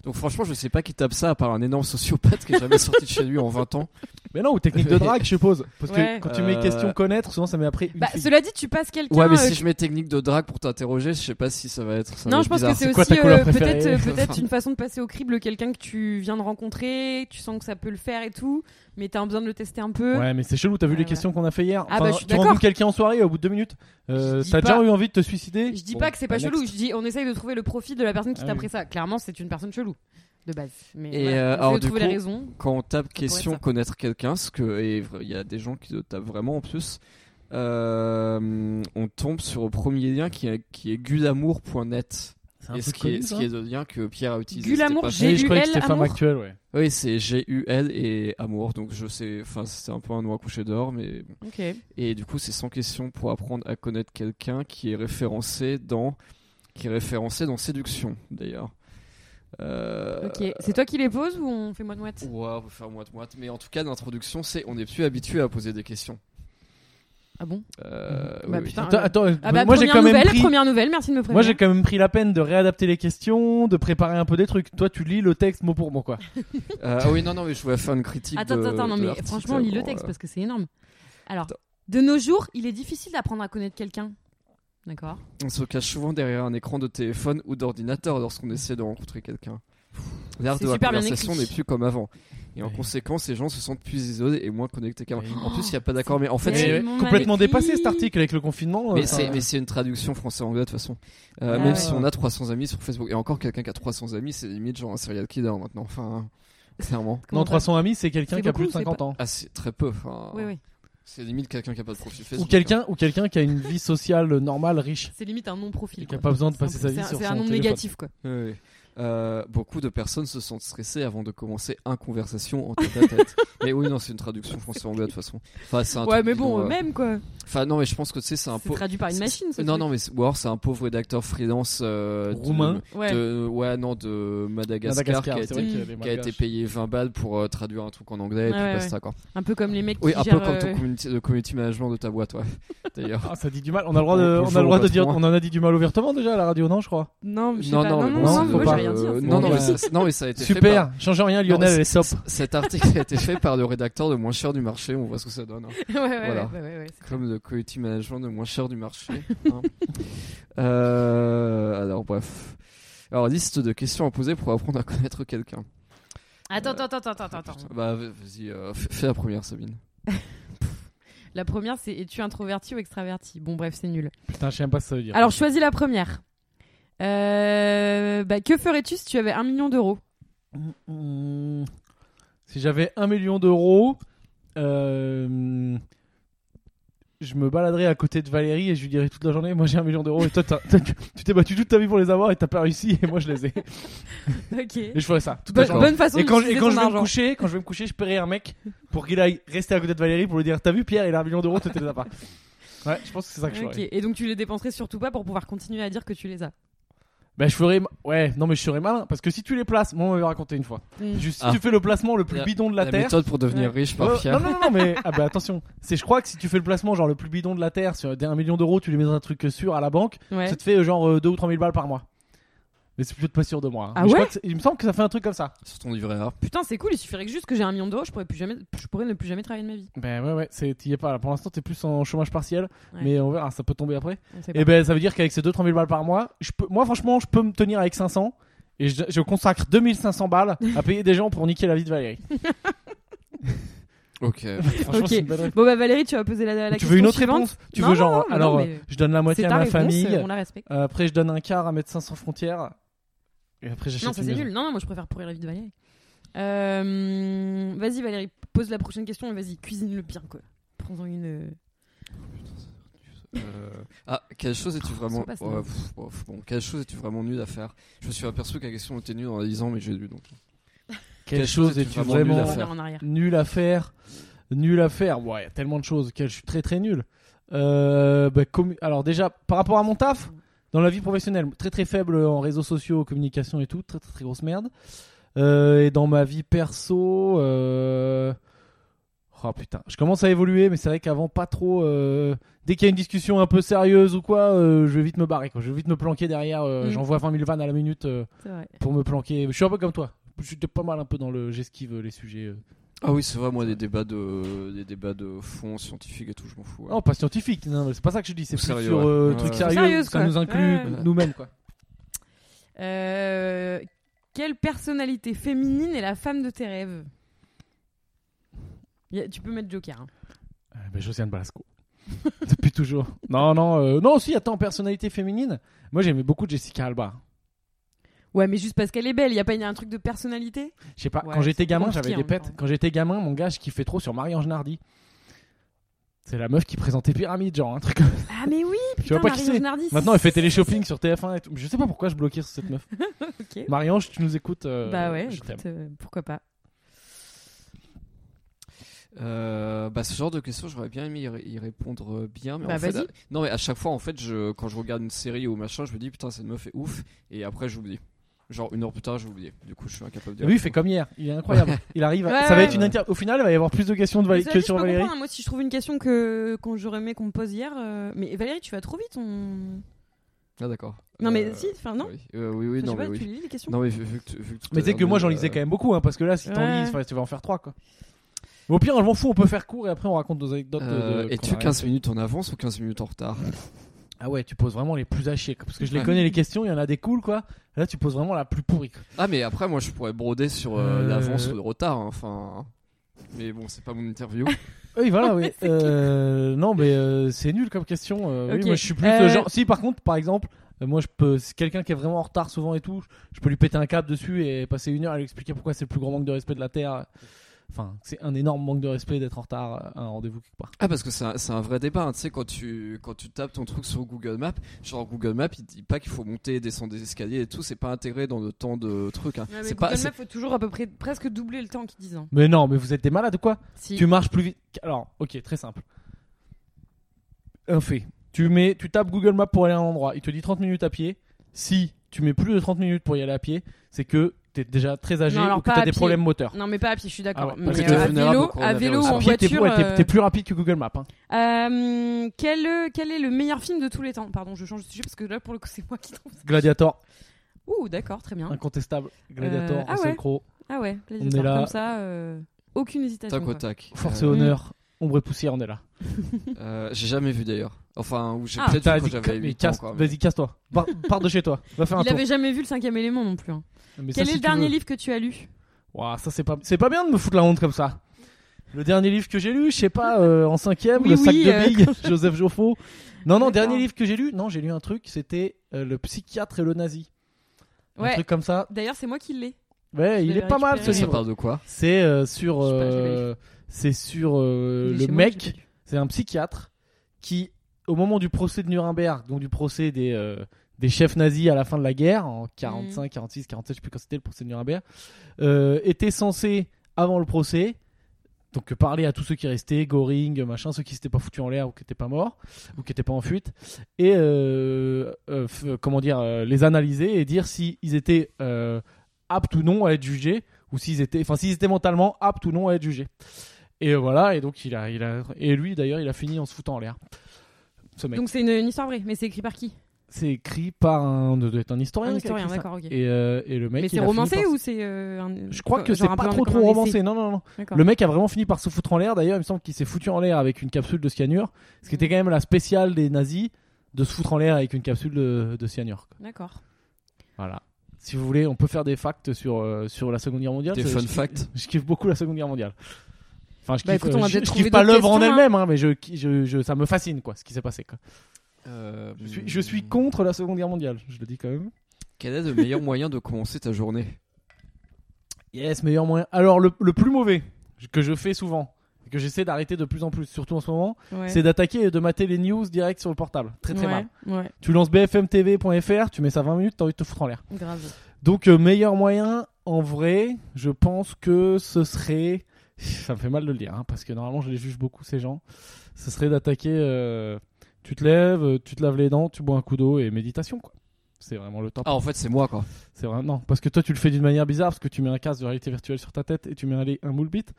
Speaker 3: Donc franchement je sais pas qui tape ça à part un énorme sociopathe qui est jamais sorti de chez lui en 20 ans.
Speaker 1: Mais non, ou technique de drague, je suppose. Parce
Speaker 2: Ouais.
Speaker 1: que quand tu mets
Speaker 3: Euh,
Speaker 1: question connaître, souvent ça met après une
Speaker 2: Bah,
Speaker 1: fille.
Speaker 2: cela dit, tu passes quelqu'un.
Speaker 3: Ouais mais
Speaker 2: euh,
Speaker 3: si je mets technique de drague pour t'interroger je sais pas si ça va être ça va
Speaker 2: Non,
Speaker 3: être
Speaker 2: je pense
Speaker 3: bizarre.
Speaker 2: que c'est
Speaker 1: quoi
Speaker 2: aussi
Speaker 1: ta couleur
Speaker 2: euh,
Speaker 1: préférée
Speaker 2: peut-être peut être une façon de passer au crible quelqu'un que tu viens de rencontrer, tu sens que ça peut le faire et tout, mais t'as besoin de le tester un peu.
Speaker 1: Ouais, mais c'est chelou, t'as vu
Speaker 2: Ouais,
Speaker 1: les
Speaker 2: ouais.
Speaker 1: questions qu'on a fait hier.
Speaker 2: Ah, bah, je suis
Speaker 1: tu
Speaker 2: d'accord.
Speaker 1: rencontres quelqu'un en soirée au bout de deux minutes. euh,
Speaker 2: Je dis
Speaker 1: T'as
Speaker 2: pas-
Speaker 1: déjà eu envie de te suicider
Speaker 2: Je dis
Speaker 1: Bon,
Speaker 2: pas que c'est pas
Speaker 1: bah,
Speaker 2: chelou,
Speaker 1: next.
Speaker 2: je dis on essaye de trouver le profil de la personne qui
Speaker 1: Ah
Speaker 2: t'a pris
Speaker 1: oui.
Speaker 2: ça. Clairement, c'est une personne chelou. de base. Mais
Speaker 3: Et,
Speaker 2: voilà,
Speaker 3: euh,
Speaker 2: on essaie
Speaker 3: alors,
Speaker 2: de
Speaker 3: du
Speaker 2: trouver
Speaker 3: coup-
Speaker 2: les raisons.
Speaker 3: Quand on tape
Speaker 2: pourrait être
Speaker 3: question
Speaker 2: ça.
Speaker 3: connaître quelqu'un, ce que et vra- il y a des gens qui le tapent vraiment en plus, euh, on tombe sur le premier lien qui est, qui est gulamour.net.
Speaker 1: C'est un
Speaker 3: Et ce
Speaker 1: truc
Speaker 3: qui, est,
Speaker 1: connu,
Speaker 3: ce
Speaker 1: ça
Speaker 3: qui est le lien que Pierre a utilisé.
Speaker 2: Gulamour,
Speaker 3: c'était pas-
Speaker 1: Oui, je croyais que
Speaker 2: GUL,
Speaker 1: c'était femme
Speaker 2: amour.
Speaker 1: actuelle, ouais.
Speaker 3: Oui, c'est G-U-L et amour. Donc je sais, enfin c'est un peu un noir couché dehors, mais bon.
Speaker 2: Ok.
Speaker 3: Et du coup, c'est 100 questions pour apprendre à connaître quelqu'un qui est référencé dans qui est référencé dans séduction d'ailleurs. Euh,
Speaker 2: Ok. C'est toi qui les poses ou on fait moite-moite
Speaker 3: Ouais, on peut faire moite-moite. Mais en tout cas, l'introduction, c'est on n'est plus habitué à poser des questions.
Speaker 2: Ah bon
Speaker 3: Euh,
Speaker 2: Bah,
Speaker 3: oui, oui.
Speaker 2: putain.
Speaker 1: Attends,
Speaker 2: euh,
Speaker 1: attends,
Speaker 2: Ah bah,
Speaker 1: moi j'ai
Speaker 2: première
Speaker 1: quand même
Speaker 2: nouvelle,
Speaker 1: pris...
Speaker 2: première nouvelle, merci de me
Speaker 1: Moi
Speaker 2: prévenir.
Speaker 1: j'ai quand même pris la peine de réadapter les questions, de préparer un peu des trucs. Toi tu lis le texte mot pour mot quoi.
Speaker 3: Euh, ah oui, non, non, mais je voulais faire une critique.
Speaker 2: Attends,
Speaker 3: de-
Speaker 2: attends, attends, non,
Speaker 3: de
Speaker 2: mais
Speaker 3: l'article
Speaker 2: franchement, lis le
Speaker 3: avant,
Speaker 2: texte
Speaker 3: euh.
Speaker 2: parce que c'est énorme. Alors,
Speaker 3: Attends.
Speaker 2: de nos jours, il est difficile d'apprendre à connaître quelqu'un. D'accord.
Speaker 3: euh, On se cache souvent derrière un écran de téléphone ou d'ordinateur lorsqu'on essaie de rencontrer quelqu'un. L'art
Speaker 2: C'est
Speaker 3: de la
Speaker 2: super bien
Speaker 3: conversation
Speaker 2: écrit.
Speaker 3: n'est plus comme avant. Et en
Speaker 1: Oui.
Speaker 3: conséquence, les gens se sentent plus isolés et moins connectés qu'avant.
Speaker 1: Oui.
Speaker 3: En plus, il n'y a pas d'accord, mais en fait,
Speaker 1: Mais
Speaker 3: c'est-
Speaker 2: Tellement
Speaker 1: ouais, complètement
Speaker 2: magnifique.
Speaker 1: dépassé cet article avec le confinement.
Speaker 3: Mais
Speaker 1: euh,
Speaker 3: c'est
Speaker 1: enfin,
Speaker 3: mais c'est une traduction français-anglais de toute façon. Euh,
Speaker 2: Ah
Speaker 3: même
Speaker 2: ouais.
Speaker 3: si on a 300 amis sur Facebook et encore quelqu'un qui a 300 amis, c'est limite genre un serial killer maintenant. Enfin, hein, clairement.
Speaker 1: Non,
Speaker 2: Comment ça
Speaker 1: 300 amis, c'est quelqu'un
Speaker 2: C'est
Speaker 1: qui a plus de
Speaker 2: beaucoup, c'est
Speaker 1: 50 ans.
Speaker 3: Ah, c'est très peu. Enfin,
Speaker 2: Oui, oui.
Speaker 3: C'est limite quelqu'un qui a pas de profil
Speaker 1: Ou
Speaker 3: Facebook.
Speaker 1: quelqu'un ou quelqu'un qui a une vie sociale normale, riche.
Speaker 2: C'est limite un non-profil.
Speaker 1: Et qui a
Speaker 2: quoi.
Speaker 1: pas besoin de
Speaker 2: C'est un
Speaker 1: passer
Speaker 2: peu-
Speaker 1: sa vie
Speaker 2: c'est un-
Speaker 1: sur
Speaker 2: C'est un
Speaker 1: son
Speaker 2: nom
Speaker 1: téléphone.
Speaker 2: négatif, quoi.
Speaker 3: hein. Oui, oui. Euh, beaucoup de personnes se sentent stressées avant de commencer un conversation en tête à tête. mais oui, non, c'est une traduction français-anglais de toute façon. Enfin, c'est un
Speaker 2: Ouais,
Speaker 3: truc
Speaker 2: mais
Speaker 3: bidon,
Speaker 2: bon,
Speaker 3: euh.
Speaker 2: même, quoi.
Speaker 3: Enfin, non, mais je pense que tu sais, c'est un
Speaker 2: C'est
Speaker 3: pauvre.
Speaker 2: traduit par une
Speaker 3: c'est-
Speaker 2: machine, ce
Speaker 3: Non,
Speaker 2: truc.
Speaker 3: non, mais c'est- ou alors c'est un pauvre rédacteur freelance euh, de-
Speaker 1: Roumain.
Speaker 2: Ouais.
Speaker 3: de- ouais, non, de Madagascar,
Speaker 1: Madagascar,
Speaker 3: qui
Speaker 1: c'est
Speaker 3: a été
Speaker 1: vrai qu'il y a
Speaker 2: qui
Speaker 1: des
Speaker 3: qui a été
Speaker 1: malgaches.
Speaker 3: payé 20 balles pour euh, traduire un truc en anglais et
Speaker 2: Ah
Speaker 3: puis
Speaker 2: ouais,
Speaker 3: basta quoi.
Speaker 2: Un peu comme les mecs
Speaker 3: Oui,
Speaker 2: qui
Speaker 3: un peu
Speaker 2: gèrent,
Speaker 3: comme ton
Speaker 2: euh,
Speaker 3: community, le community management de ta boîte, ouais. D'ailleurs.
Speaker 1: Ah, ça dit du mal. On a le droit de,
Speaker 3: Bonjour,
Speaker 1: on a le droit de dire,
Speaker 3: patron.
Speaker 1: on en a dit du mal ouvertement déjà à la radio, non, je crois.
Speaker 2: Non, mais je sais
Speaker 3: Non,
Speaker 2: pas.
Speaker 3: non, mais
Speaker 2: non,
Speaker 1: non,
Speaker 3: bon,
Speaker 2: non,
Speaker 3: c'est
Speaker 2: moi,
Speaker 1: pas-
Speaker 2: j'ai rien dit. hein,
Speaker 3: euh,
Speaker 2: c'est
Speaker 3: non,
Speaker 2: bon.
Speaker 3: non, mais
Speaker 1: Ouais.
Speaker 3: ça, non, mais ça a été fait par-
Speaker 1: Super. Change rien,
Speaker 3: Non,
Speaker 1: Lionel
Speaker 3: c-
Speaker 1: et Sop.
Speaker 3: c- Cet article a été fait par le rédacteur de moins cher du marché, on voit ce que ça donne. hein.
Speaker 2: Ouais, ouais, ouais,
Speaker 3: Voilà.
Speaker 2: ouais, ouais, ouais, c'est-
Speaker 3: Comme le community management de moins cher du marché. hein. Euh, alors, bref. Alors, liste de questions à poser pour apprendre à connaître quelqu'un.
Speaker 2: Attends, attends, attends, attends, attends.
Speaker 3: Putain, Bah, vas-y, euh, fais fais la première, Sabine.
Speaker 2: La première, c'est es-tu introverti ou extraverti Bon, bref, c'est nul.
Speaker 1: Putain, je sais même pas ce que ça veut dire.
Speaker 2: Alors, choisis la première. Euh, bah, que ferais-tu si tu avais un million d'euros
Speaker 1: Mm, mm. Si j'avais un million d'euros, euh, je me baladerais à côté de Valérie et je lui dirais toute la journée Moi j'ai un million d'euros et toi t'as- t'as- tu t'es battu toute ta vie pour les avoir et t'as pas réussi et moi je les ai.
Speaker 2: Ok.
Speaker 1: Et je ferais ça toute la
Speaker 2: Bonne,
Speaker 1: journée.
Speaker 2: bonne façon
Speaker 1: Et quand, je- et
Speaker 2: d'utiliser
Speaker 1: quand
Speaker 2: ton
Speaker 1: je vais me
Speaker 2: argent.
Speaker 1: coucher, quand je vais me coucher, je paierai un mec pour qu'il aille rester à côté de Valérie pour lui dire T'as vu Pierre, il a un million d'euros, toi t'es là pas. Ouais, je pense que c'est ça que je ferais.
Speaker 2: Ok. Et donc, tu les dépenserais surtout pas pour pouvoir continuer à dire que tu les as.
Speaker 1: Bah, je ferais. Ouais, non, mais je serais malin. Parce que si tu les places, moi, on m'avait raconté une fois.
Speaker 2: Mm.
Speaker 1: Juste, si
Speaker 3: Ah.
Speaker 1: tu fais le placement le plus
Speaker 3: La-
Speaker 1: bidon de la,
Speaker 3: La
Speaker 1: Terre.
Speaker 3: méthode pour devenir riche
Speaker 1: Oh,
Speaker 3: par Pierre.
Speaker 1: non, non, non, non, mais ah bah, attention. C'est, je crois que si tu fais le placement, genre le plus bidon de la Terre, sur des 1 million d'euros, tu les mets dans un truc sûr à la banque,
Speaker 2: Ouais.
Speaker 1: ça te fait euh, genre euh, 2 ou 3 000 balles par mois. Mais c'est plutôt pas sûr de moi. hein.
Speaker 2: Ah
Speaker 1: Mais je
Speaker 2: ouais
Speaker 1: crois que c'est- Il me semble que ça fait un truc comme ça.
Speaker 3: Sur ton livret A.
Speaker 2: Putain, c'est cool. Il suffirait que juste que j'ai un million d'euros, je pourrais plus jamais, je pourrais ne plus jamais travailler de ma vie.
Speaker 1: Ben ouais, ouais, c'est, t'y es pas là. Pour l'instant, t'es plus en chômage partiel,
Speaker 2: Ouais.
Speaker 1: mais on verra, Ah, ça peut tomber après.
Speaker 2: On sait pas.
Speaker 1: Et ben ça veut dire qu'avec ces 2-3 000 balles par mois, je peux, moi franchement, je peux me tenir avec 500 et je, je consacre 2500 balles à payer des gens pour niquer la vie de Valérie.
Speaker 3: Ok.
Speaker 1: Franchement,
Speaker 2: Ok.
Speaker 1: c'est une bonne réponse.
Speaker 2: Bon, bah, Valérie, tu vas poser la, la
Speaker 1: Tu
Speaker 2: question
Speaker 1: veux une autre
Speaker 2: suivante.
Speaker 1: réponse Tu
Speaker 2: Non,
Speaker 1: veux
Speaker 2: non,
Speaker 1: genre,
Speaker 2: non, non,
Speaker 1: alors
Speaker 2: mais
Speaker 1: euh, je donne la
Speaker 2: C'est
Speaker 1: moitié à
Speaker 2: ta
Speaker 1: ma
Speaker 2: réponse,
Speaker 1: famille,
Speaker 2: euh, on la respecte.
Speaker 1: euh, après je donne un quart à Médecins sans frontières et après j'achète
Speaker 2: Non, ça
Speaker 1: une
Speaker 2: c'est
Speaker 1: maison.
Speaker 2: nul. Non, non, moi je préfère pourrir la vie de Valérie. Euh, vas-y Valérie, pose la prochaine question et vas-y, cuisine le bien quoi. Prends-en une. euh,
Speaker 3: Euh, Ah, quelle chose es-tu vraiment
Speaker 2: passe,
Speaker 3: Ouais,
Speaker 2: non.
Speaker 3: pff, bon, pff, bon, quelle chose es-tu vraiment nul à faire Je me suis aperçu que la question était nulle en la lisant, mais j'ai lu donc.
Speaker 1: Quelle chose es-tu vraiment
Speaker 3: nul
Speaker 2: on
Speaker 3: à
Speaker 2: revient
Speaker 3: faire
Speaker 2: en arrière.
Speaker 1: nul à faire Nul à faire. Ouais, il y a tellement de choses que je suis très très nul. Euh, bah, commu- Alors déjà, par rapport à mon taf, dans la vie professionnelle, très très faible en réseaux sociaux, communication et tout, très très, très grosse merde. Euh, et dans ma vie perso, euh, oh putain, je commence à évoluer, mais c'est vrai qu'avant pas trop. euh, Dès qu'il y a une discussion un peu sérieuse ou quoi, euh, je vais vite me barrer, quoi. je vais vite me planquer derrière. euh,
Speaker 2: Mm.
Speaker 1: J'envoie 20 000 vannes à la minute euh,
Speaker 2: C'est vrai.
Speaker 1: pour me planquer. Je suis un peu comme toi. J'étais pas mal un peu dans le j'esquive les sujets. euh,
Speaker 3: Ah oui, c'est vrai, moi, des débats de, des débats de fond scientifique et tout, je m'en fous. ouais.
Speaker 2: Oh.
Speaker 1: Non, pas scientifique, non, mais c'est pas ça que je dis, c'est
Speaker 3: Ou
Speaker 1: plus
Speaker 3: sérieux,
Speaker 1: sur
Speaker 3: ouais.
Speaker 1: euh,
Speaker 3: Ouais,
Speaker 1: truc
Speaker 3: ouais.
Speaker 1: sérieux,
Speaker 2: Sérieuse,
Speaker 1: ça
Speaker 2: quoi.
Speaker 1: nous inclut
Speaker 2: Ouais,
Speaker 3: ouais.
Speaker 1: nous-mêmes quoi.
Speaker 2: Euh, quelle personnalité féminine est la femme de tes rêves Y a- Tu peux mettre Joker. hein.
Speaker 1: Euh,
Speaker 3: bah,
Speaker 1: ben, Josiane Balasco. Depuis toujours. Non, non, euh, non, aussi, attends, personnalité féminine. Moi j'aimais beaucoup Jessica Alba.
Speaker 2: Ouais, mais juste parce qu'elle est belle, il y a pas y a un truc de personnalité
Speaker 1: Je sais pas,
Speaker 2: Ouais,
Speaker 1: quand j'étais
Speaker 2: c'est
Speaker 1: gamin,
Speaker 2: compliqué,
Speaker 1: j'avais des
Speaker 2: hein,
Speaker 1: pets.
Speaker 2: pardon.
Speaker 1: Quand j'étais gamin, mon gars, je kiffais trop sur Marie-Ange Nardi. C'est la meuf qui présentait Pyramide, genre un truc comme
Speaker 2: Ah mais oui,
Speaker 1: Tu vois pas
Speaker 2: putain,
Speaker 1: qui
Speaker 2: Marie-Ange
Speaker 1: c'est
Speaker 2: Nardi.
Speaker 1: Maintenant, elle fait télé-shopping
Speaker 2: si,
Speaker 1: sur TF1 et tout. Je sais pas pourquoi je bloquais sur cette meuf.
Speaker 2: si. Ok.
Speaker 1: Marie-Ange, tu nous écoutes. euh,
Speaker 2: bah ouais,
Speaker 1: je t'aime.
Speaker 2: écoute, euh, pourquoi pas.
Speaker 3: Euh, bah, ce genre de questions, j'aurais bien aimé y ré- y répondre euh, bien. Mais
Speaker 2: Bah,
Speaker 3: en fait,
Speaker 2: vas-y.
Speaker 3: à- non, mais à chaque fois, en fait, je, quand je regarde une série ou machin, je me dis putain, cette meuf est ouf, et après, j'oublie. Genre une heure plus tard, j'oublie. Du coup, je suis incapable de.
Speaker 1: Lui, il fait comme hier. Il est incroyable. Il arrive. à-
Speaker 2: Ouais,
Speaker 1: ça va
Speaker 2: ouais.
Speaker 1: être une inter- Au final, il va y avoir plus de questions de Val-
Speaker 2: Mais
Speaker 1: que
Speaker 2: Valérie, je
Speaker 1: sur
Speaker 2: peux
Speaker 1: Bah, Valérie.
Speaker 2: comprendre, hein. Moi, si je trouve une question que qu'on j'aurais aimé qu'on me pose hier, euh, mais Valérie, tu vas trop vite. On...
Speaker 3: Ah d'accord.
Speaker 2: Non mais
Speaker 3: Euh,
Speaker 2: si, enfin non.
Speaker 3: Oui, Euh, oui, oui,
Speaker 2: Enfin, je
Speaker 3: non,
Speaker 2: sais
Speaker 3: mais
Speaker 2: pas, tu
Speaker 3: oui.
Speaker 2: lis les questions.
Speaker 3: Non mais vu, vu que, tu- vu que
Speaker 1: Mais c'est que moi, j'en
Speaker 3: euh,
Speaker 1: lisais quand même beaucoup, hein, parce que là, si t'en
Speaker 2: Ouais.
Speaker 1: lis, enfin, tu vas en faire trois, quoi. Mais au pire, je m'en fous, on peut faire court et après, on raconte nos anecdotes. de-
Speaker 2: euh,
Speaker 1: de-
Speaker 3: Et
Speaker 1: qu'on
Speaker 3: tu
Speaker 1: a-
Speaker 3: 15 euh, minutes en avance ou 15 minutes en retard
Speaker 1: Ah ouais, tu poses vraiment les plus à chier, quoi, parce que je les
Speaker 3: Ouais.
Speaker 1: connais les questions, il y en a des cool, quoi. Là, tu poses vraiment la plus pourrie. quoi.
Speaker 3: Ah mais après moi je pourrais broder sur euh,
Speaker 1: Euh.
Speaker 3: l'avance ou le retard, hein, enfin. Mais bon c'est pas mon interview.
Speaker 1: Oui, voilà, oui.
Speaker 2: Ouais, c'est clair.
Speaker 1: Euh, non, mais euh, c'est nul comme question. euh,
Speaker 2: Ok.
Speaker 1: Oui, moi, je suis plus
Speaker 2: Euh,
Speaker 1: le genre. Si, par contre, par exemple, euh, moi, je peux. Si quelqu'un qui est vraiment en retard souvent et tout, je peux lui péter un câble dessus et passer une heure à lui expliquer pourquoi c'est le plus grand manque de respect de la Terre. Enfin, c'est un énorme manque de respect d'être en retard euh, à un rendez-vous quelque part.
Speaker 3: Ah parce que c'est un, c'est un vrai débat, hein, tu sais quand tu quand tu tapes ton truc sur Google Maps, genre Google Maps il dit pas qu'il faut monter et descendre des escaliers et tout, c'est pas intégré dans le temps de truc. hein.
Speaker 2: Ouais, mais
Speaker 3: c'est
Speaker 2: Google
Speaker 3: pas. c'est-
Speaker 2: Maps, faut toujours à peu près presque doubler le temps qu'ils disent. hein.
Speaker 1: Mais non, mais vous êtes des malades ou quoi
Speaker 2: Si.
Speaker 1: Tu marches plus vite. Alors, ok, très simple. Un fait. Tu, mets, tu tapes Google Maps pour aller à un endroit, il te dit 30 minutes à pied. Si tu mets plus de 30 minutes pour y aller à pied, c'est que t'es déjà très âgé
Speaker 2: Non, alors
Speaker 1: ou que
Speaker 2: pas
Speaker 1: t'as
Speaker 2: à
Speaker 1: des
Speaker 2: pied.
Speaker 1: problèmes moteurs.
Speaker 2: Non mais pas à pied, je suis d'accord.
Speaker 1: Ah ouais,
Speaker 2: mais
Speaker 1: parce que
Speaker 2: euh,
Speaker 1: t'es
Speaker 2: à
Speaker 3: vulnérable
Speaker 2: vélo,
Speaker 3: au
Speaker 2: à vélo ou
Speaker 3: coronavirus.
Speaker 2: en
Speaker 1: À pied, Ah, t'es
Speaker 2: voiture.
Speaker 1: ouais, t'es-
Speaker 2: euh,
Speaker 1: t'es plus rapide que Google Maps. hein.
Speaker 2: euh, quel, euh, quel est le meilleur film de tous les temps Pardon, je change de sujet parce que là pour le coup c'est moi qui trouve. ça.
Speaker 1: Gladiator,
Speaker 2: Ouh, d'accord, très bien.
Speaker 1: incontestable. Gladiator,
Speaker 2: Hein Euh, ah
Speaker 1: Russell
Speaker 2: ouais.
Speaker 1: Crowe,
Speaker 2: Ah ouais, les
Speaker 1: On
Speaker 2: deux
Speaker 1: est là.
Speaker 2: comme ça, euh, aucune hésitation.
Speaker 3: Tac au
Speaker 2: quoi.
Speaker 3: tac.
Speaker 1: Force et
Speaker 3: Euh,
Speaker 1: Honneur, Ombre et Poussière, on est là.
Speaker 3: euh, j'ai jamais vu d'ailleurs. Enfin ou j'ai
Speaker 2: Ah.
Speaker 3: peut-être
Speaker 1: T'as
Speaker 3: vu quand
Speaker 1: dit-
Speaker 3: j'avais
Speaker 1: mais
Speaker 3: 8 ans
Speaker 1: casse-
Speaker 3: quoi. mais-
Speaker 1: Vas-y, casse-toi. Par- Pars de chez toi. Va faire un
Speaker 2: Il
Speaker 1: tour.
Speaker 2: avait jamais vu le cinquième élément non plus. hein.
Speaker 1: Mais ça,
Speaker 2: Quel
Speaker 1: si
Speaker 2: est le
Speaker 1: tu
Speaker 2: dernier
Speaker 1: veux.
Speaker 2: livre que tu as lu
Speaker 1: Ouah, ça c'est pas, c'est pas bien de me foutre la honte comme ça. Le dernier livre que j'ai lu, je sais pas, euh, en cinquième,
Speaker 2: Oui,
Speaker 1: le sac
Speaker 2: oui,
Speaker 1: de
Speaker 2: euh,
Speaker 1: billes, Joseph Joffo. Non, non,
Speaker 2: D'accord.
Speaker 1: dernier livre que j'ai lu, non, j'ai lu un truc, c'était euh, le psychiatre et le nazi, un
Speaker 2: Ouais.
Speaker 1: truc comme ça.
Speaker 2: D'ailleurs, c'est moi qui l'ai.
Speaker 1: Ouais,
Speaker 2: Je
Speaker 1: il est
Speaker 2: l'avais
Speaker 1: pas mal ce
Speaker 2: récupéré.
Speaker 3: Ça
Speaker 1: livre.
Speaker 3: parle de quoi
Speaker 1: C'est euh, sur,
Speaker 2: Je sais pas, j'ai pas lu.
Speaker 1: euh, c'est sur euh,
Speaker 2: Il est
Speaker 1: le
Speaker 2: chez moi,
Speaker 1: mec.
Speaker 2: j'ai pas lu.
Speaker 1: C'est un psychiatre qui, au moment du procès de Nuremberg, donc du procès des, euh, des chefs nazis à la fin de la guerre, en 45, 46, 47, je sais plus quand c'était le procès de Nuremberg, euh, était censé, avant le procès, donc euh, parler à tous ceux qui restaient, Goring, euh, machin, ceux qui s'étaient pas foutus en l'air ou qui n'étaient pas morts, ou qui n'étaient pas en fuite, et euh, euh, f- comment dire, euh, les analyser et dire s'ils étaient euh, aptes ou non à être jugés, ou s'ils étaient, enfin s'ils étaient mentalement aptes ou non à être jugés. Et euh, voilà, et donc il a, il a, et lui d'ailleurs, il a fini en se foutant en l'air. Ce mec.
Speaker 2: Donc c'est une, une histoire vraie, mais c'est écrit par qui
Speaker 1: C'est écrit par un, de- doit être un historien.
Speaker 2: Un
Speaker 1: qui a
Speaker 2: historien,
Speaker 1: écrit ça.
Speaker 2: d'accord, ok.
Speaker 1: Et, euh, et le mec.
Speaker 2: mais
Speaker 1: il
Speaker 2: c'est
Speaker 1: a fini
Speaker 2: romancé
Speaker 1: par-
Speaker 2: ou c'est euh, un-
Speaker 1: Je crois que
Speaker 2: genre
Speaker 1: c'est
Speaker 2: un
Speaker 1: pas
Speaker 2: peu
Speaker 1: trop
Speaker 2: comme
Speaker 1: trop
Speaker 2: un
Speaker 1: romancé.
Speaker 2: essai
Speaker 1: Non, non, non.
Speaker 2: D'accord.
Speaker 1: Le mec a vraiment fini par se foutre en l'air. D'ailleurs, il me semble qu'il s'est foutu en l'air avec une capsule de cyanure, ce qui était quand même la spéciale des nazis de se foutre en l'air avec une capsule de, de cyanure. quoi.
Speaker 2: D'accord.
Speaker 1: Voilà. Si vous voulez, on peut faire des facts sur, euh, sur la Seconde Guerre mondiale.
Speaker 3: Des
Speaker 1: Ça,
Speaker 3: fun
Speaker 1: je-
Speaker 3: facts.
Speaker 1: je kiffe beaucoup la Seconde Guerre mondiale. Enfin, je kiffe, euh,
Speaker 2: Bah, écoute, on va
Speaker 1: je-
Speaker 2: peut-être
Speaker 1: je
Speaker 2: trouver
Speaker 1: kiffe pas
Speaker 2: d'autres
Speaker 1: l'œuvre en
Speaker 2: questions, hein.
Speaker 1: elle-même, hein, mais je, je, je- ça me fascine quoi, ce qui s'est passé. Quoi.
Speaker 3: Euh,
Speaker 1: Je, suis, je suis contre la Seconde Guerre mondiale, je le dis quand même.
Speaker 3: Quel est le meilleur moyen de commencer ta journée
Speaker 1: Yes, meilleur moyen. Alors, le, le plus mauvais que je fais souvent, et que j'essaie d'arrêter de plus en plus, surtout en ce moment,
Speaker 2: Ouais.
Speaker 1: c'est d'attaquer et de mater les news direct sur le portable. Très très
Speaker 2: ouais.
Speaker 1: mal.
Speaker 2: Ouais,
Speaker 1: Tu lances bfmtv.fr, tu mets ça 20 minutes, t'as envie de te foutre en l'air.
Speaker 2: grave.
Speaker 1: Donc, euh, meilleur moyen, en vrai, je pense que ce serait. Ça me fait mal de le dire, hein, parce que normalement je les juge beaucoup, ces gens. Ce serait d'attaquer. euh, Tu te lèves, euh, tu te laves les dents, tu bois un coup d'eau et méditation, quoi. C'est vraiment le
Speaker 2: Oh.
Speaker 1: top.
Speaker 3: Ah en fait c'est moi quoi.
Speaker 1: C'est vraiment. Non, parce que toi tu le fais d'une manière bizarre, parce que tu mets un casque de réalité virtuelle sur ta tête et tu mets un, lait- un moule bit.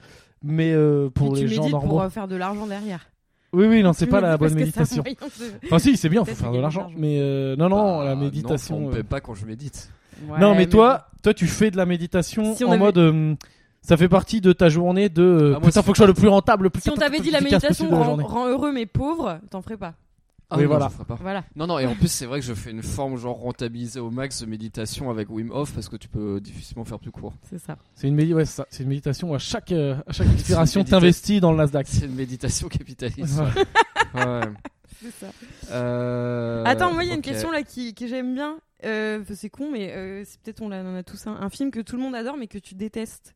Speaker 1: Mais euh, pour
Speaker 2: Mais
Speaker 1: les
Speaker 2: tu
Speaker 1: gens
Speaker 2: médites
Speaker 1: normaux.
Speaker 2: pour euh, faire de l'argent derrière.
Speaker 1: Oui, oui, non, c'est
Speaker 2: Tu
Speaker 1: pas la
Speaker 2: médites
Speaker 1: bonne
Speaker 2: parce que
Speaker 1: méditation.
Speaker 2: c'est un moyen de-
Speaker 1: Enfin, si, c'est bien, faut
Speaker 2: Peut-être
Speaker 1: faire de
Speaker 2: gagner de
Speaker 1: l'argent.
Speaker 2: l'argent.
Speaker 1: Mais euh, non, non,
Speaker 2: Ah,
Speaker 3: Bah,
Speaker 1: la
Speaker 3: non,
Speaker 1: méditation.
Speaker 3: on me
Speaker 1: euh,
Speaker 3: paie pas quand je médite.
Speaker 2: Ouais,
Speaker 1: non, mais, toi, toi, tu fais de la méditation
Speaker 2: Si on
Speaker 1: en
Speaker 2: avait-
Speaker 1: mode. euh, ça fait partie de ta journée de. euh,
Speaker 3: Ah, moi,
Speaker 1: putain,
Speaker 3: si-
Speaker 1: faut que je sois le plus rentable, le plus.
Speaker 2: Si on t'avait dit la
Speaker 1: efficace
Speaker 2: méditation
Speaker 1: possible de la
Speaker 2: rend,
Speaker 1: journée.
Speaker 2: rend heureux mais pauvre, t'en ferais pas.
Speaker 1: Oui,
Speaker 3: Ah non,
Speaker 1: voilà.
Speaker 3: je ferai pas.
Speaker 2: Voilà.
Speaker 3: Non, non, et en plus, c'est vrai que je fais une forme genre rentabilisée au max de méditation avec Wim Hof parce que tu peux difficilement faire plus court.
Speaker 2: C'est ça.
Speaker 1: C'est une, médi- ouais, c'est ça. C'est une méditation où à chaque, euh, à chaque expiration,
Speaker 3: médita-
Speaker 1: t'investis dans le Nasdaq.
Speaker 3: C'est une méditation capitaliste.
Speaker 1: Ouais.
Speaker 3: ouais.
Speaker 2: C'est ça.
Speaker 3: Euh,
Speaker 2: Attends, moi, il y a une
Speaker 3: ok.
Speaker 2: question là qui, que j'aime bien. euh, c'est con, mais euh, c'est peut-être on, l'a- on en a tous un, un film que tout le monde adore mais que tu détestes.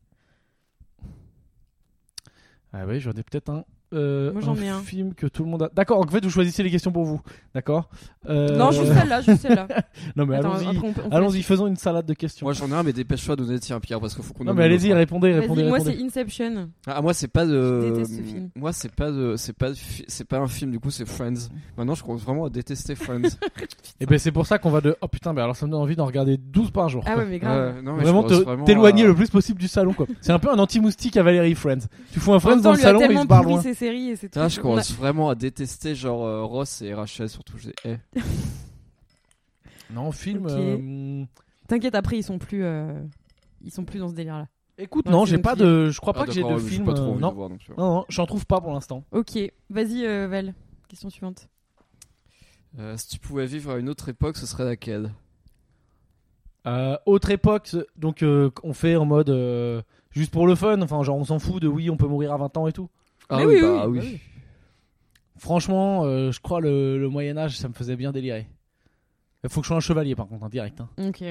Speaker 1: Ah oui, j'en ai peut-être un. euh,
Speaker 2: Moi, j'en ai un.
Speaker 1: film que tout le monde a. D'accord, en fait, vous choisissez les questions pour vous. D'accord Euh,
Speaker 2: Non, juste celle-là, juste celle-là.
Speaker 1: Non, mais
Speaker 2: Attends,
Speaker 1: allons-y.
Speaker 2: après, on peut- on peut-
Speaker 1: Allons-y, faisons une salade de questions.
Speaker 3: Moi j'en ai un, mais dépêche-toi de donner le tien, Pierre, parce qu'il faut qu'on.
Speaker 1: non,
Speaker 3: en
Speaker 1: mais
Speaker 3: ait
Speaker 1: allez-y,
Speaker 3: d'autres.
Speaker 1: répondez,
Speaker 2: Vas-y,
Speaker 1: répondez,
Speaker 2: moi
Speaker 1: répondez.
Speaker 2: c'est Inception.
Speaker 3: Ah, moi c'est pas de.
Speaker 2: Je déteste ce film.
Speaker 3: Moi c'est pas de, c'est pas, de fi- c'est pas un film du coup, c'est Friends. Maintenant je commence vraiment à détester Friends.
Speaker 1: Et ben c'est pour ça qu'on va de. Oh putain, mais alors ça me donne envie d'en regarder 12 par jour.
Speaker 2: Ah
Speaker 1: quoi.
Speaker 2: ouais, mais grave.
Speaker 3: Ouais, non, mais je
Speaker 1: Vraiment
Speaker 3: commence
Speaker 1: te-
Speaker 3: à-
Speaker 1: t'éloigner le plus possible du salon quoi. C'est un peu un anti-moustique à Valérie Friends. Tu fous un
Speaker 2: En
Speaker 1: Friends
Speaker 2: même
Speaker 1: dans
Speaker 2: temps,
Speaker 1: le
Speaker 2: lui a
Speaker 1: salon et il
Speaker 2: tellement
Speaker 1: se barre
Speaker 2: pourri
Speaker 1: loin. Ah,
Speaker 2: ses séries et ses
Speaker 3: Putain,
Speaker 2: trucs.
Speaker 3: je
Speaker 2: On a-
Speaker 3: commence vraiment à détester genre euh, Ross et Rachel surtout. Je dis, eh.
Speaker 1: Non, film.
Speaker 2: Ok.
Speaker 1: euh, hmm.
Speaker 2: T'inquiète, après ils sont plus, euh, ils sont plus dans ce délire-là.
Speaker 1: Écoute,
Speaker 2: Ouais,
Speaker 1: non,
Speaker 2: c'est
Speaker 1: j'ai
Speaker 2: donc
Speaker 1: pas
Speaker 2: film.
Speaker 1: de. Je crois
Speaker 3: Ah,
Speaker 1: pas que j'ai de
Speaker 3: d'accord, j'ai
Speaker 1: film.
Speaker 3: pas trop
Speaker 1: euh,
Speaker 3: envie de
Speaker 1: non.
Speaker 3: voir non plus.
Speaker 1: non, non, j'en trouve pas pour l'instant.
Speaker 2: Ok, vas-y euh, Val. Question suivante.
Speaker 3: Euh, si tu pouvais vivre à une autre époque, ce serait laquelle
Speaker 1: Euh, autre époque, ce- donc euh, on fait en mode euh, juste pour le fun. Enfin, genre on s'en fout de oui, on peut mourir à 20 ans et tout.
Speaker 3: Ah
Speaker 2: Mais
Speaker 3: oui,
Speaker 2: oui,
Speaker 3: bah
Speaker 2: oui,
Speaker 3: oui.
Speaker 1: Franchement, euh, je crois le, le Moyen Âge, ça me faisait bien délirer. Il faut que je sois un chevalier par contre, en direct. hein.
Speaker 2: Ok.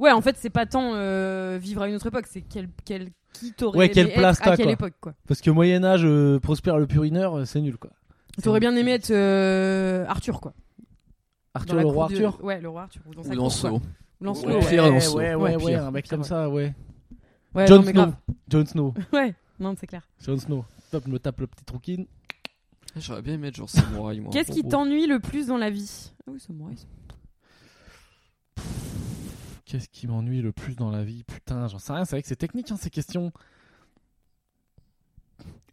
Speaker 2: Ouais, en fait, c'est pas tant euh, vivre à une autre époque, c'est quel, quel qui t'aurait
Speaker 1: Ouais,
Speaker 2: aimé
Speaker 1: quelle
Speaker 2: être
Speaker 1: place
Speaker 2: à
Speaker 1: t'as,
Speaker 2: quelle
Speaker 1: quoi.
Speaker 2: époque quoi.
Speaker 1: Parce que Moyen Âge, euh, Prosper le Purineur, euh, c'est nul quoi.
Speaker 2: T'aurais bien aimé être euh, Arthur quoi.
Speaker 1: Arthur
Speaker 2: Dans la
Speaker 1: le
Speaker 2: cour
Speaker 1: roi
Speaker 2: de-
Speaker 1: Arthur.
Speaker 2: Ouais, le roi Arthur. Ou dans sa
Speaker 3: Ou
Speaker 2: cour, quoi.
Speaker 3: Lancelot.
Speaker 2: Ou Lancelot.
Speaker 3: Ou
Speaker 2: ouais.
Speaker 3: Pierre Lancelot.
Speaker 1: ouais, ouais,
Speaker 2: Ouais,
Speaker 1: ouais,
Speaker 2: Pierre,
Speaker 1: un mec
Speaker 2: Pierre,
Speaker 1: comme
Speaker 2: ouais.
Speaker 1: ça, ouais.
Speaker 2: Ouais,
Speaker 1: Jon
Speaker 2: non, mais
Speaker 1: Snow.
Speaker 2: grave.
Speaker 1: Jon Snow.
Speaker 2: Ouais, non, c'est clair.
Speaker 1: Jon Snow. Top, je me tape le petit trouquine.
Speaker 3: J'aurais bien aimé être genre samouraï moi.
Speaker 2: Qu'est-ce qui
Speaker 1: bon.
Speaker 2: t'ennuie le plus dans la vie Ah oui, c'est moi. ça.
Speaker 1: Qu'est-ce qui m'ennuie le plus dans la vie Putain, j'en sais rien, c'est vrai que c'est technique hein, ces questions.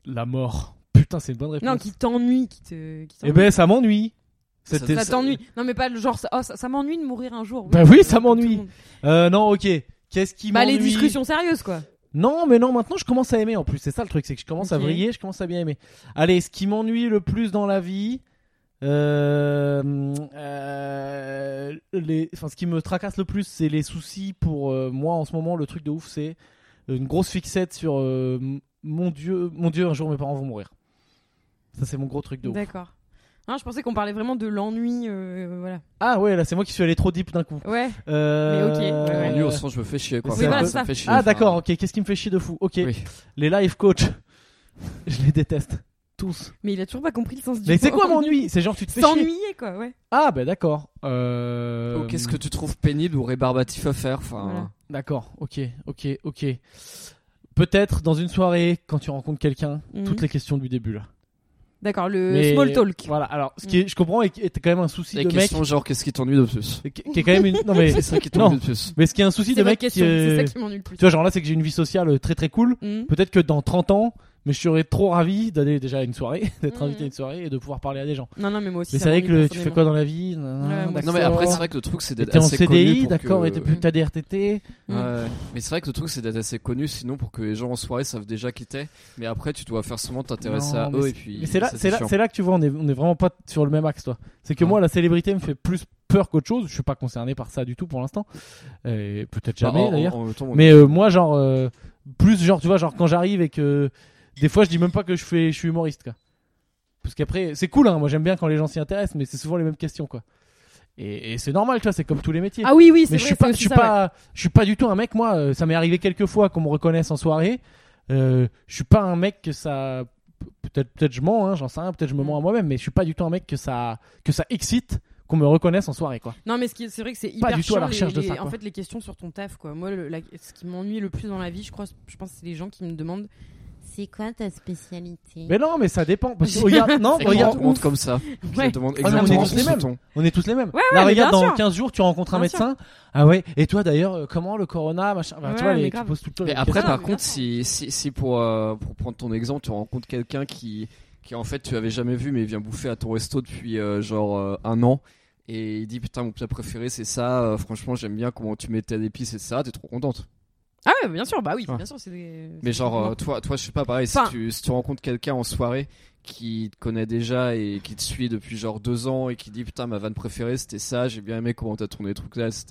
Speaker 1: La mort. Putain, c'est une bonne réponse.
Speaker 2: Non, qui t'ennuie, qui te. Qui
Speaker 1: Eh
Speaker 2: t'ennuie.
Speaker 1: ben, ça m'ennuie.
Speaker 3: Ça-
Speaker 1: C'était-
Speaker 2: ça t'ennuie. Non, mais pas le genre. ça- oh, ça ça m'ennuie de mourir un jour.
Speaker 1: Bah oui, ça
Speaker 2: comme tout le
Speaker 1: m'ennuie.
Speaker 2: monde.
Speaker 1: Euh, non, ok. Qu'est-ce qui
Speaker 2: Bah,
Speaker 1: m'ennuie
Speaker 2: les discussions sérieuses quoi.
Speaker 1: Non, mais non, maintenant je commence à aimer en plus. C'est ça le truc, c'est que je commence à
Speaker 2: Ok.
Speaker 1: briller, je commence à bien aimer. Allez, ce qui m'ennuie le plus dans la vie. euh, euh, les, enfin, ce qui me tracasse le plus, c'est les soucis pour euh, moi en ce moment. Le truc de ouf, c'est une grosse fixette sur euh, m- mon Dieu, mon Dieu, un jour mes parents vont mourir. Ça, c'est mon gros truc de ouf.
Speaker 2: D'accord. Hein, je pensais qu'on parlait vraiment de l'ennui. euh, voilà.
Speaker 1: Ah ouais, là, c'est moi qui suis allé trop deep d'un coup.
Speaker 2: Ouais.
Speaker 1: Euh,
Speaker 2: ok, ouais, ouais.
Speaker 3: Lui au sens je me fais chier quoi.
Speaker 1: Oui, voilà,
Speaker 3: Enfin,
Speaker 2: c'est
Speaker 3: ça me
Speaker 2: ça.
Speaker 3: fait chier.
Speaker 1: Ah
Speaker 3: Enfin,
Speaker 1: d'accord, ok. Qu'est-ce qui me fait chier de fou Ok,
Speaker 3: oui.
Speaker 1: les life coach, je les déteste tous.
Speaker 2: Mais il a toujours pas compris le sens du
Speaker 1: Mais c'est
Speaker 2: mot.
Speaker 1: quoi m'ennuie C'est genre tu te fais chier.
Speaker 2: S'ennuyer, quoi, ouais.
Speaker 1: Ah bah d'accord. Euh...
Speaker 2: Oh,
Speaker 3: Ou Oh, Qu'est-ce que tu trouves pénible ou rébarbatif à faire enfin,
Speaker 2: Voilà.
Speaker 1: D'accord. Ok. Ok. Ok. Peut-être dans une soirée quand tu rencontres quelqu'un,
Speaker 2: Mhm.
Speaker 1: toutes les questions du début là.
Speaker 2: D'accord, le
Speaker 1: Mais-
Speaker 2: small talk. Mhm.
Speaker 1: Voilà. Alors ce qui est- je comprends est, est quand même un souci
Speaker 3: Les
Speaker 1: de mec
Speaker 3: questions genre qu'est-ce qui t'ennuie le plus
Speaker 1: qui, qui est quand même une... non mais
Speaker 3: C'est ça qui
Speaker 1: Non.
Speaker 3: t'ennuie le plus.
Speaker 1: mais ce qui est un souci
Speaker 2: C'est
Speaker 1: de
Speaker 2: ma
Speaker 1: mec qui
Speaker 2: question,
Speaker 1: est-
Speaker 2: c'est ça qui m'ennuie le plus.
Speaker 1: tu vois genre là c'est que j'ai une vie sociale euh, très très cool.
Speaker 2: Mhm.
Speaker 1: Peut-être que dans 30 ans, mais je serais trop ravi d'aller déjà à une soirée, d'être
Speaker 2: Mhm.
Speaker 1: invité à une soirée et de pouvoir parler à des gens.
Speaker 2: Non, non, mais moi aussi.
Speaker 1: Mais
Speaker 2: ça
Speaker 1: c'est vrai que
Speaker 2: m'ennuie
Speaker 1: le- tu fais quoi dans la vie Nan, nan,
Speaker 2: Ouais, moi aussi.
Speaker 3: Non mais
Speaker 1: d'accord.
Speaker 3: après c'est vrai que le truc c'est d'être
Speaker 1: T'es en
Speaker 3: assez connu
Speaker 1: CDI,
Speaker 3: pour
Speaker 1: d'accord,
Speaker 3: que-
Speaker 1: et t'es plus t'as des RTT.
Speaker 3: Ouais. Mais c'est vrai que le truc c'est d'être assez connu sinon pour que les gens en soirée savent déjà qui t'es mais après tu dois faire seulement t'intéresser
Speaker 1: Non,
Speaker 3: à
Speaker 1: mais
Speaker 3: eux
Speaker 1: c'est-
Speaker 3: et puis
Speaker 1: Mais c'est là,
Speaker 3: ça,
Speaker 1: c'est là,
Speaker 3: chiant. Hein
Speaker 1: c'est là que tu vois, on est, on est vraiment pas sur le même axe, toi. C'est que
Speaker 3: Non.
Speaker 1: moi, la célébrité me fait plus peur qu'autre chose. Je suis pas concerné par ça du tout pour l'instant. Et peut-être jamais
Speaker 3: Bah, en-
Speaker 1: d'ailleurs.
Speaker 3: en- en même temps, on-
Speaker 1: Mais euh, moi, genre, euh, plus genre, tu vois, genre quand j'arrive et que des fois, je dis même pas que je fais, je suis humoriste, quoi. Parce qu'après, c'est cool, hein. Moi, j'aime bien quand les gens s'y intéressent, mais c'est souvent les mêmes questions, quoi. Et, et c'est normal, tu vois. C'est comme tous les métiers.
Speaker 2: Ah oui, oui, c'est
Speaker 1: Mais
Speaker 2: vrai.
Speaker 1: je suis
Speaker 2: c'est
Speaker 1: pas, je
Speaker 2: aussi
Speaker 1: suis
Speaker 2: ça, ouais.
Speaker 1: pas, je suis pas du tout un mec. Moi, euh, ça m'est arrivé quelques fois qu'on me reconnaisse en soirée. Euh, je suis pas un mec que ça. Peut-être, peut-être je mens. Hein, J'en sais rien. Peut-être je me
Speaker 2: Mm.
Speaker 1: mens à moi-même. Mais je suis pas du tout un mec que ça, que ça excite qu'on me reconnaisse en soirée, quoi.
Speaker 2: Non, mais ce qui est- c'est vrai que c'est hyper
Speaker 1: Pas du tout à la
Speaker 2: chiant,
Speaker 1: recherche
Speaker 2: les-
Speaker 1: de ça,
Speaker 2: les- En
Speaker 1: quoi.
Speaker 2: fait, les questions sur ton taf, quoi. Moi, le- la- ce qui m'ennuie le plus dans la vie, je crois, je pense, que c'est les gens qui me demandent.
Speaker 4: C'est quoi ta spécialité
Speaker 1: Mais non, mais ça dépend. Parce que regarde, non,
Speaker 3: Et qu'on
Speaker 1: regarde. Ah,
Speaker 3: demande comme ça.
Speaker 2: Ouais.
Speaker 3: Je demande
Speaker 1: mais on est
Speaker 3: exactement
Speaker 1: tous les
Speaker 3: ce
Speaker 1: mêmes.
Speaker 3: ton.
Speaker 1: On est tous les mêmes.
Speaker 2: Ouais, ouais,
Speaker 1: Là,
Speaker 2: mais
Speaker 1: regarde,
Speaker 2: bien
Speaker 1: dans
Speaker 2: sûr.
Speaker 1: 15 jours, tu rencontres un
Speaker 2: Bien
Speaker 1: médecin. Ah ouais. Et toi, d'ailleurs, euh, comment le corona, machin. Bah, tu
Speaker 2: Ouais,
Speaker 1: vois,
Speaker 2: mais
Speaker 1: les, tu
Speaker 2: grave.
Speaker 1: poses tout le temps.
Speaker 3: Mais
Speaker 1: les
Speaker 3: après,
Speaker 2: non,
Speaker 1: questions.
Speaker 3: par
Speaker 2: mais bien
Speaker 3: contre,
Speaker 2: sûr.
Speaker 3: si, si, si pour, euh, pour prendre ton exemple, tu rencontres quelqu'un qui, qui en fait tu avais jamais vu mais vient bouffer à ton resto depuis euh, genre euh, un an et il dit putain mon plat préféré c'est ça, euh, franchement j'aime bien comment tu mets tes épices et ça, t'es trop contente.
Speaker 2: Ah ouais, bien sûr, bah oui,
Speaker 3: Ouais.
Speaker 2: bien sûr, c'est des.
Speaker 3: Mais
Speaker 2: c'est
Speaker 3: genre
Speaker 2: des-
Speaker 3: euh, toi, toi je sais pas pareil, si,
Speaker 2: Enfin-
Speaker 3: tu, si tu rencontres quelqu'un en soirée qui te connaît déjà et qui te suit depuis genre deux ans et qui dit putain ma vanne préférée c'était ça, j'ai bien aimé comment t'as tourné les trucs là, etc.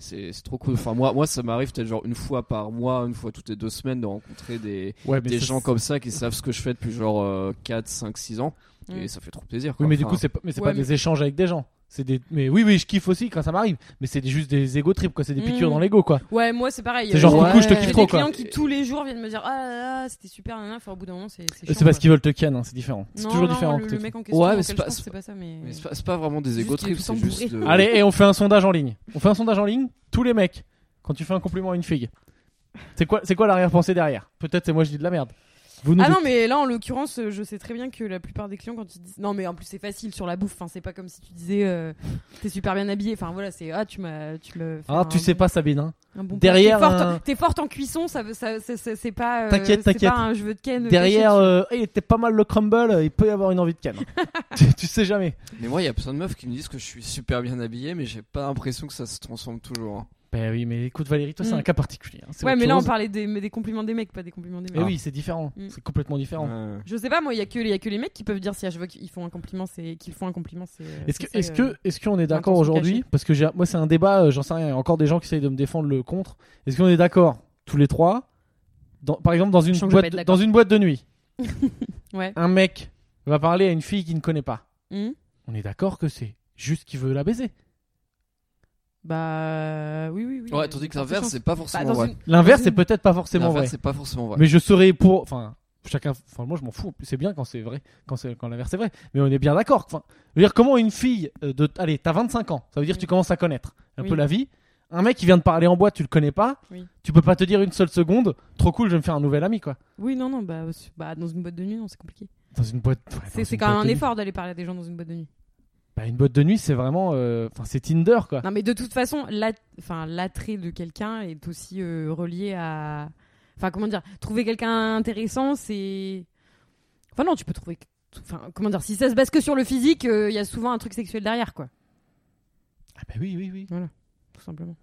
Speaker 3: C'est c'est trop cool. Enfin, moi, moi ça m'arrive peut-être genre une fois par mois, une fois toutes les deux semaines de rencontrer des,
Speaker 1: Ouais, mais
Speaker 3: des
Speaker 1: ça,
Speaker 3: gens comme ça qui savent ce que je fais depuis genre euh, 4, 5, 6 ans
Speaker 2: Mm.
Speaker 3: et ça fait trop plaisir.
Speaker 1: Oui,
Speaker 3: quoi.
Speaker 1: mais du
Speaker 3: Enfin,
Speaker 1: coup, c'est pas, mais c'est
Speaker 2: Ouais,
Speaker 1: pas
Speaker 2: mais-
Speaker 1: des échanges avec des gens. C'est des... Mais oui, oui, je kiffe aussi quand ça m'arrive. Mais c'est des- juste des ego trips, quoi. C'est des
Speaker 2: Mm.
Speaker 1: piqûres dans l'ego, quoi.
Speaker 3: euh,
Speaker 2: Ouais, moi c'est pareil.
Speaker 1: C'est genre,
Speaker 2: J'ai-
Speaker 1: coucou, je te
Speaker 2: j'ai
Speaker 1: kiffe
Speaker 2: des
Speaker 1: trop, quoi.
Speaker 2: clients qui tous les jours viennent me dire Ah là là, c'était super, nanana. Enfin, au bout d'un moment, c'est.
Speaker 1: C'est
Speaker 2: chiant,
Speaker 1: parce
Speaker 2: quoi.
Speaker 1: qu'ils veulent te ken, hein, c'est différent. C'est
Speaker 2: Non,
Speaker 1: toujours
Speaker 2: non,
Speaker 1: différent.
Speaker 2: Le,
Speaker 1: que
Speaker 2: le
Speaker 1: t'es-
Speaker 2: mec en question,
Speaker 3: Ouais, mais
Speaker 2: auquel
Speaker 3: c'est
Speaker 2: je
Speaker 3: pas-
Speaker 2: pense que
Speaker 3: c'est
Speaker 2: c'est pas ça, mais.
Speaker 3: Mais c'est pas, c'est pas vraiment des
Speaker 2: Juste
Speaker 3: ego
Speaker 2: qu'il est
Speaker 3: trips,
Speaker 2: tout
Speaker 3: c'est
Speaker 2: le temps
Speaker 3: juste. euh,
Speaker 2: bourré.
Speaker 3: le-
Speaker 1: Allez, et on fait un sondage en ligne. On fait un sondage en ligne, tous les mecs, quand tu fais un compliment à une fille, c'est quoi, c'est quoi l'arrière-pensée derrière Peut-être c'est moi je dis de la merde. Vous nous
Speaker 2: Ah
Speaker 1: dites.
Speaker 2: non, mais là en l'occurrence, euh, je sais très bien que la plupart des clients, quand ils disent. Non, mais en plus, c'est facile sur la bouffe. Enfin, c'est pas comme si tu disais euh, T'es super bien habillé. Enfin, voilà, c'est Ah, tu m'as. Tu me fais
Speaker 1: Ah,
Speaker 2: un
Speaker 1: tu sais
Speaker 2: bon-
Speaker 1: pas, Sabine. hein.
Speaker 2: un bon
Speaker 1: derrière
Speaker 2: plat. T'es forte,
Speaker 1: un-
Speaker 2: t'es forte en cuisson, ça, veut- ça, ça- ça- c'est pas. euh,
Speaker 1: T'inquiète,
Speaker 2: c'est
Speaker 1: t'inquiète.
Speaker 2: pas un jeu de Ken. caché
Speaker 1: Derrière,
Speaker 2: dessus.
Speaker 1: euh, hey, t'es pas mal le crumble, il peut y avoir une envie de ken. tu, tu sais jamais.
Speaker 3: Mais moi, il y a plein de meufs qui me disent que je suis super bien habillé, mais j'ai pas l'impression que ça se transforme toujours. hein.
Speaker 1: Ben oui, mais écoute Valérie, toi c'est
Speaker 2: Mm.
Speaker 1: un cas particulier. hein. C'est
Speaker 2: Ouais,
Speaker 1: autre
Speaker 2: mais là on
Speaker 1: chose.
Speaker 2: parlait des, mais des compliments des mecs, pas des compliments des
Speaker 1: Mais
Speaker 2: mecs.
Speaker 1: Eh oui, c'est différent.
Speaker 2: Mm.
Speaker 1: C'est complètement différent.
Speaker 3: Ouais.
Speaker 2: Je sais pas, moi, il y, a que- y a que les mecs qui peuvent dire si à chaque fois qu'ils font un compliment, c'est qu'ils font un compliment, c'est. euh,
Speaker 1: Est-ce que,
Speaker 2: c'est,
Speaker 1: est-ce
Speaker 2: euh,
Speaker 1: que, est-ce qu'on est d'accord
Speaker 2: l'intention
Speaker 1: aujourd'hui
Speaker 2: cachée.
Speaker 1: Parce que j'ai, moi, c'est un débat. euh, J'en sais rien. il y a Encore des gens qui essayent de me défendre le contre. Est-ce qu'on est d'accord tous les trois dans- Par exemple, dans une
Speaker 2: Je sens que je vais
Speaker 1: boîte,
Speaker 2: pas être
Speaker 1: dans une boîte de nuit,
Speaker 2: Ouais.
Speaker 1: un mec va parler à une fille qu'il ne connaît pas.
Speaker 2: hmm
Speaker 1: On est d'accord que c'est juste qu'il veut la baiser.
Speaker 2: Bah. Oui, oui, oui.
Speaker 3: Ouais, tandis que
Speaker 2: Par
Speaker 3: l'inverse,
Speaker 2: chance.
Speaker 3: c'est pas
Speaker 2: Bah,
Speaker 3: forcément
Speaker 2: dans
Speaker 3: vrai.
Speaker 2: une-
Speaker 1: L'inverse,
Speaker 2: Dans
Speaker 1: c'est
Speaker 2: une-
Speaker 1: peut-être pas forcément vrai.
Speaker 3: L'inverse, c'est pas forcément vrai.
Speaker 1: Mais je serais pour. Enfin, chacun. Enfin, moi, je m'en fous. En plus, C'est bien quand c'est vrai, quand c'est quand l'inverse est vrai. Mais on est bien d'accord. Enfin, je veux dire, comment une fille euh, de, allez, t'as 25 ans, ça veut dire que tu commences à connaître un peu
Speaker 2: Oui.
Speaker 1: la vie. Un mec qui vient de parler en boîte, tu le connais pas.
Speaker 2: Oui.
Speaker 1: Tu peux pas te dire une seule seconde. Trop cool, je vais me faire un nouvel ami, quoi.
Speaker 2: Oui, non, non, bah, c'est- bah, dans une boîte de nuit, non, c'est compliqué.
Speaker 1: Dans une boîte. ouais, dans
Speaker 2: C'est c'est
Speaker 1: une
Speaker 2: quand même
Speaker 1: boîte
Speaker 2: un
Speaker 1: de
Speaker 2: effort d'aller parler à des gens dans une boîte de nuit.
Speaker 1: nuit. Bah, une boîte de nuit, c'est vraiment. euh, Enfin, c'est Tinder, quoi.
Speaker 2: Non, mais de toute façon, l'at- enfin, l'attrait de quelqu'un est aussi euh, relié à. Enfin, comment dire Trouver quelqu'un intéressant, c'est. Enfin, non, tu peux trouver. Enfin, comment dire Si ça se base que sur le physique, euh, il y a souvent un truc sexuel derrière, quoi,
Speaker 1: Ah, bah oui, oui, oui.
Speaker 2: tout simplement.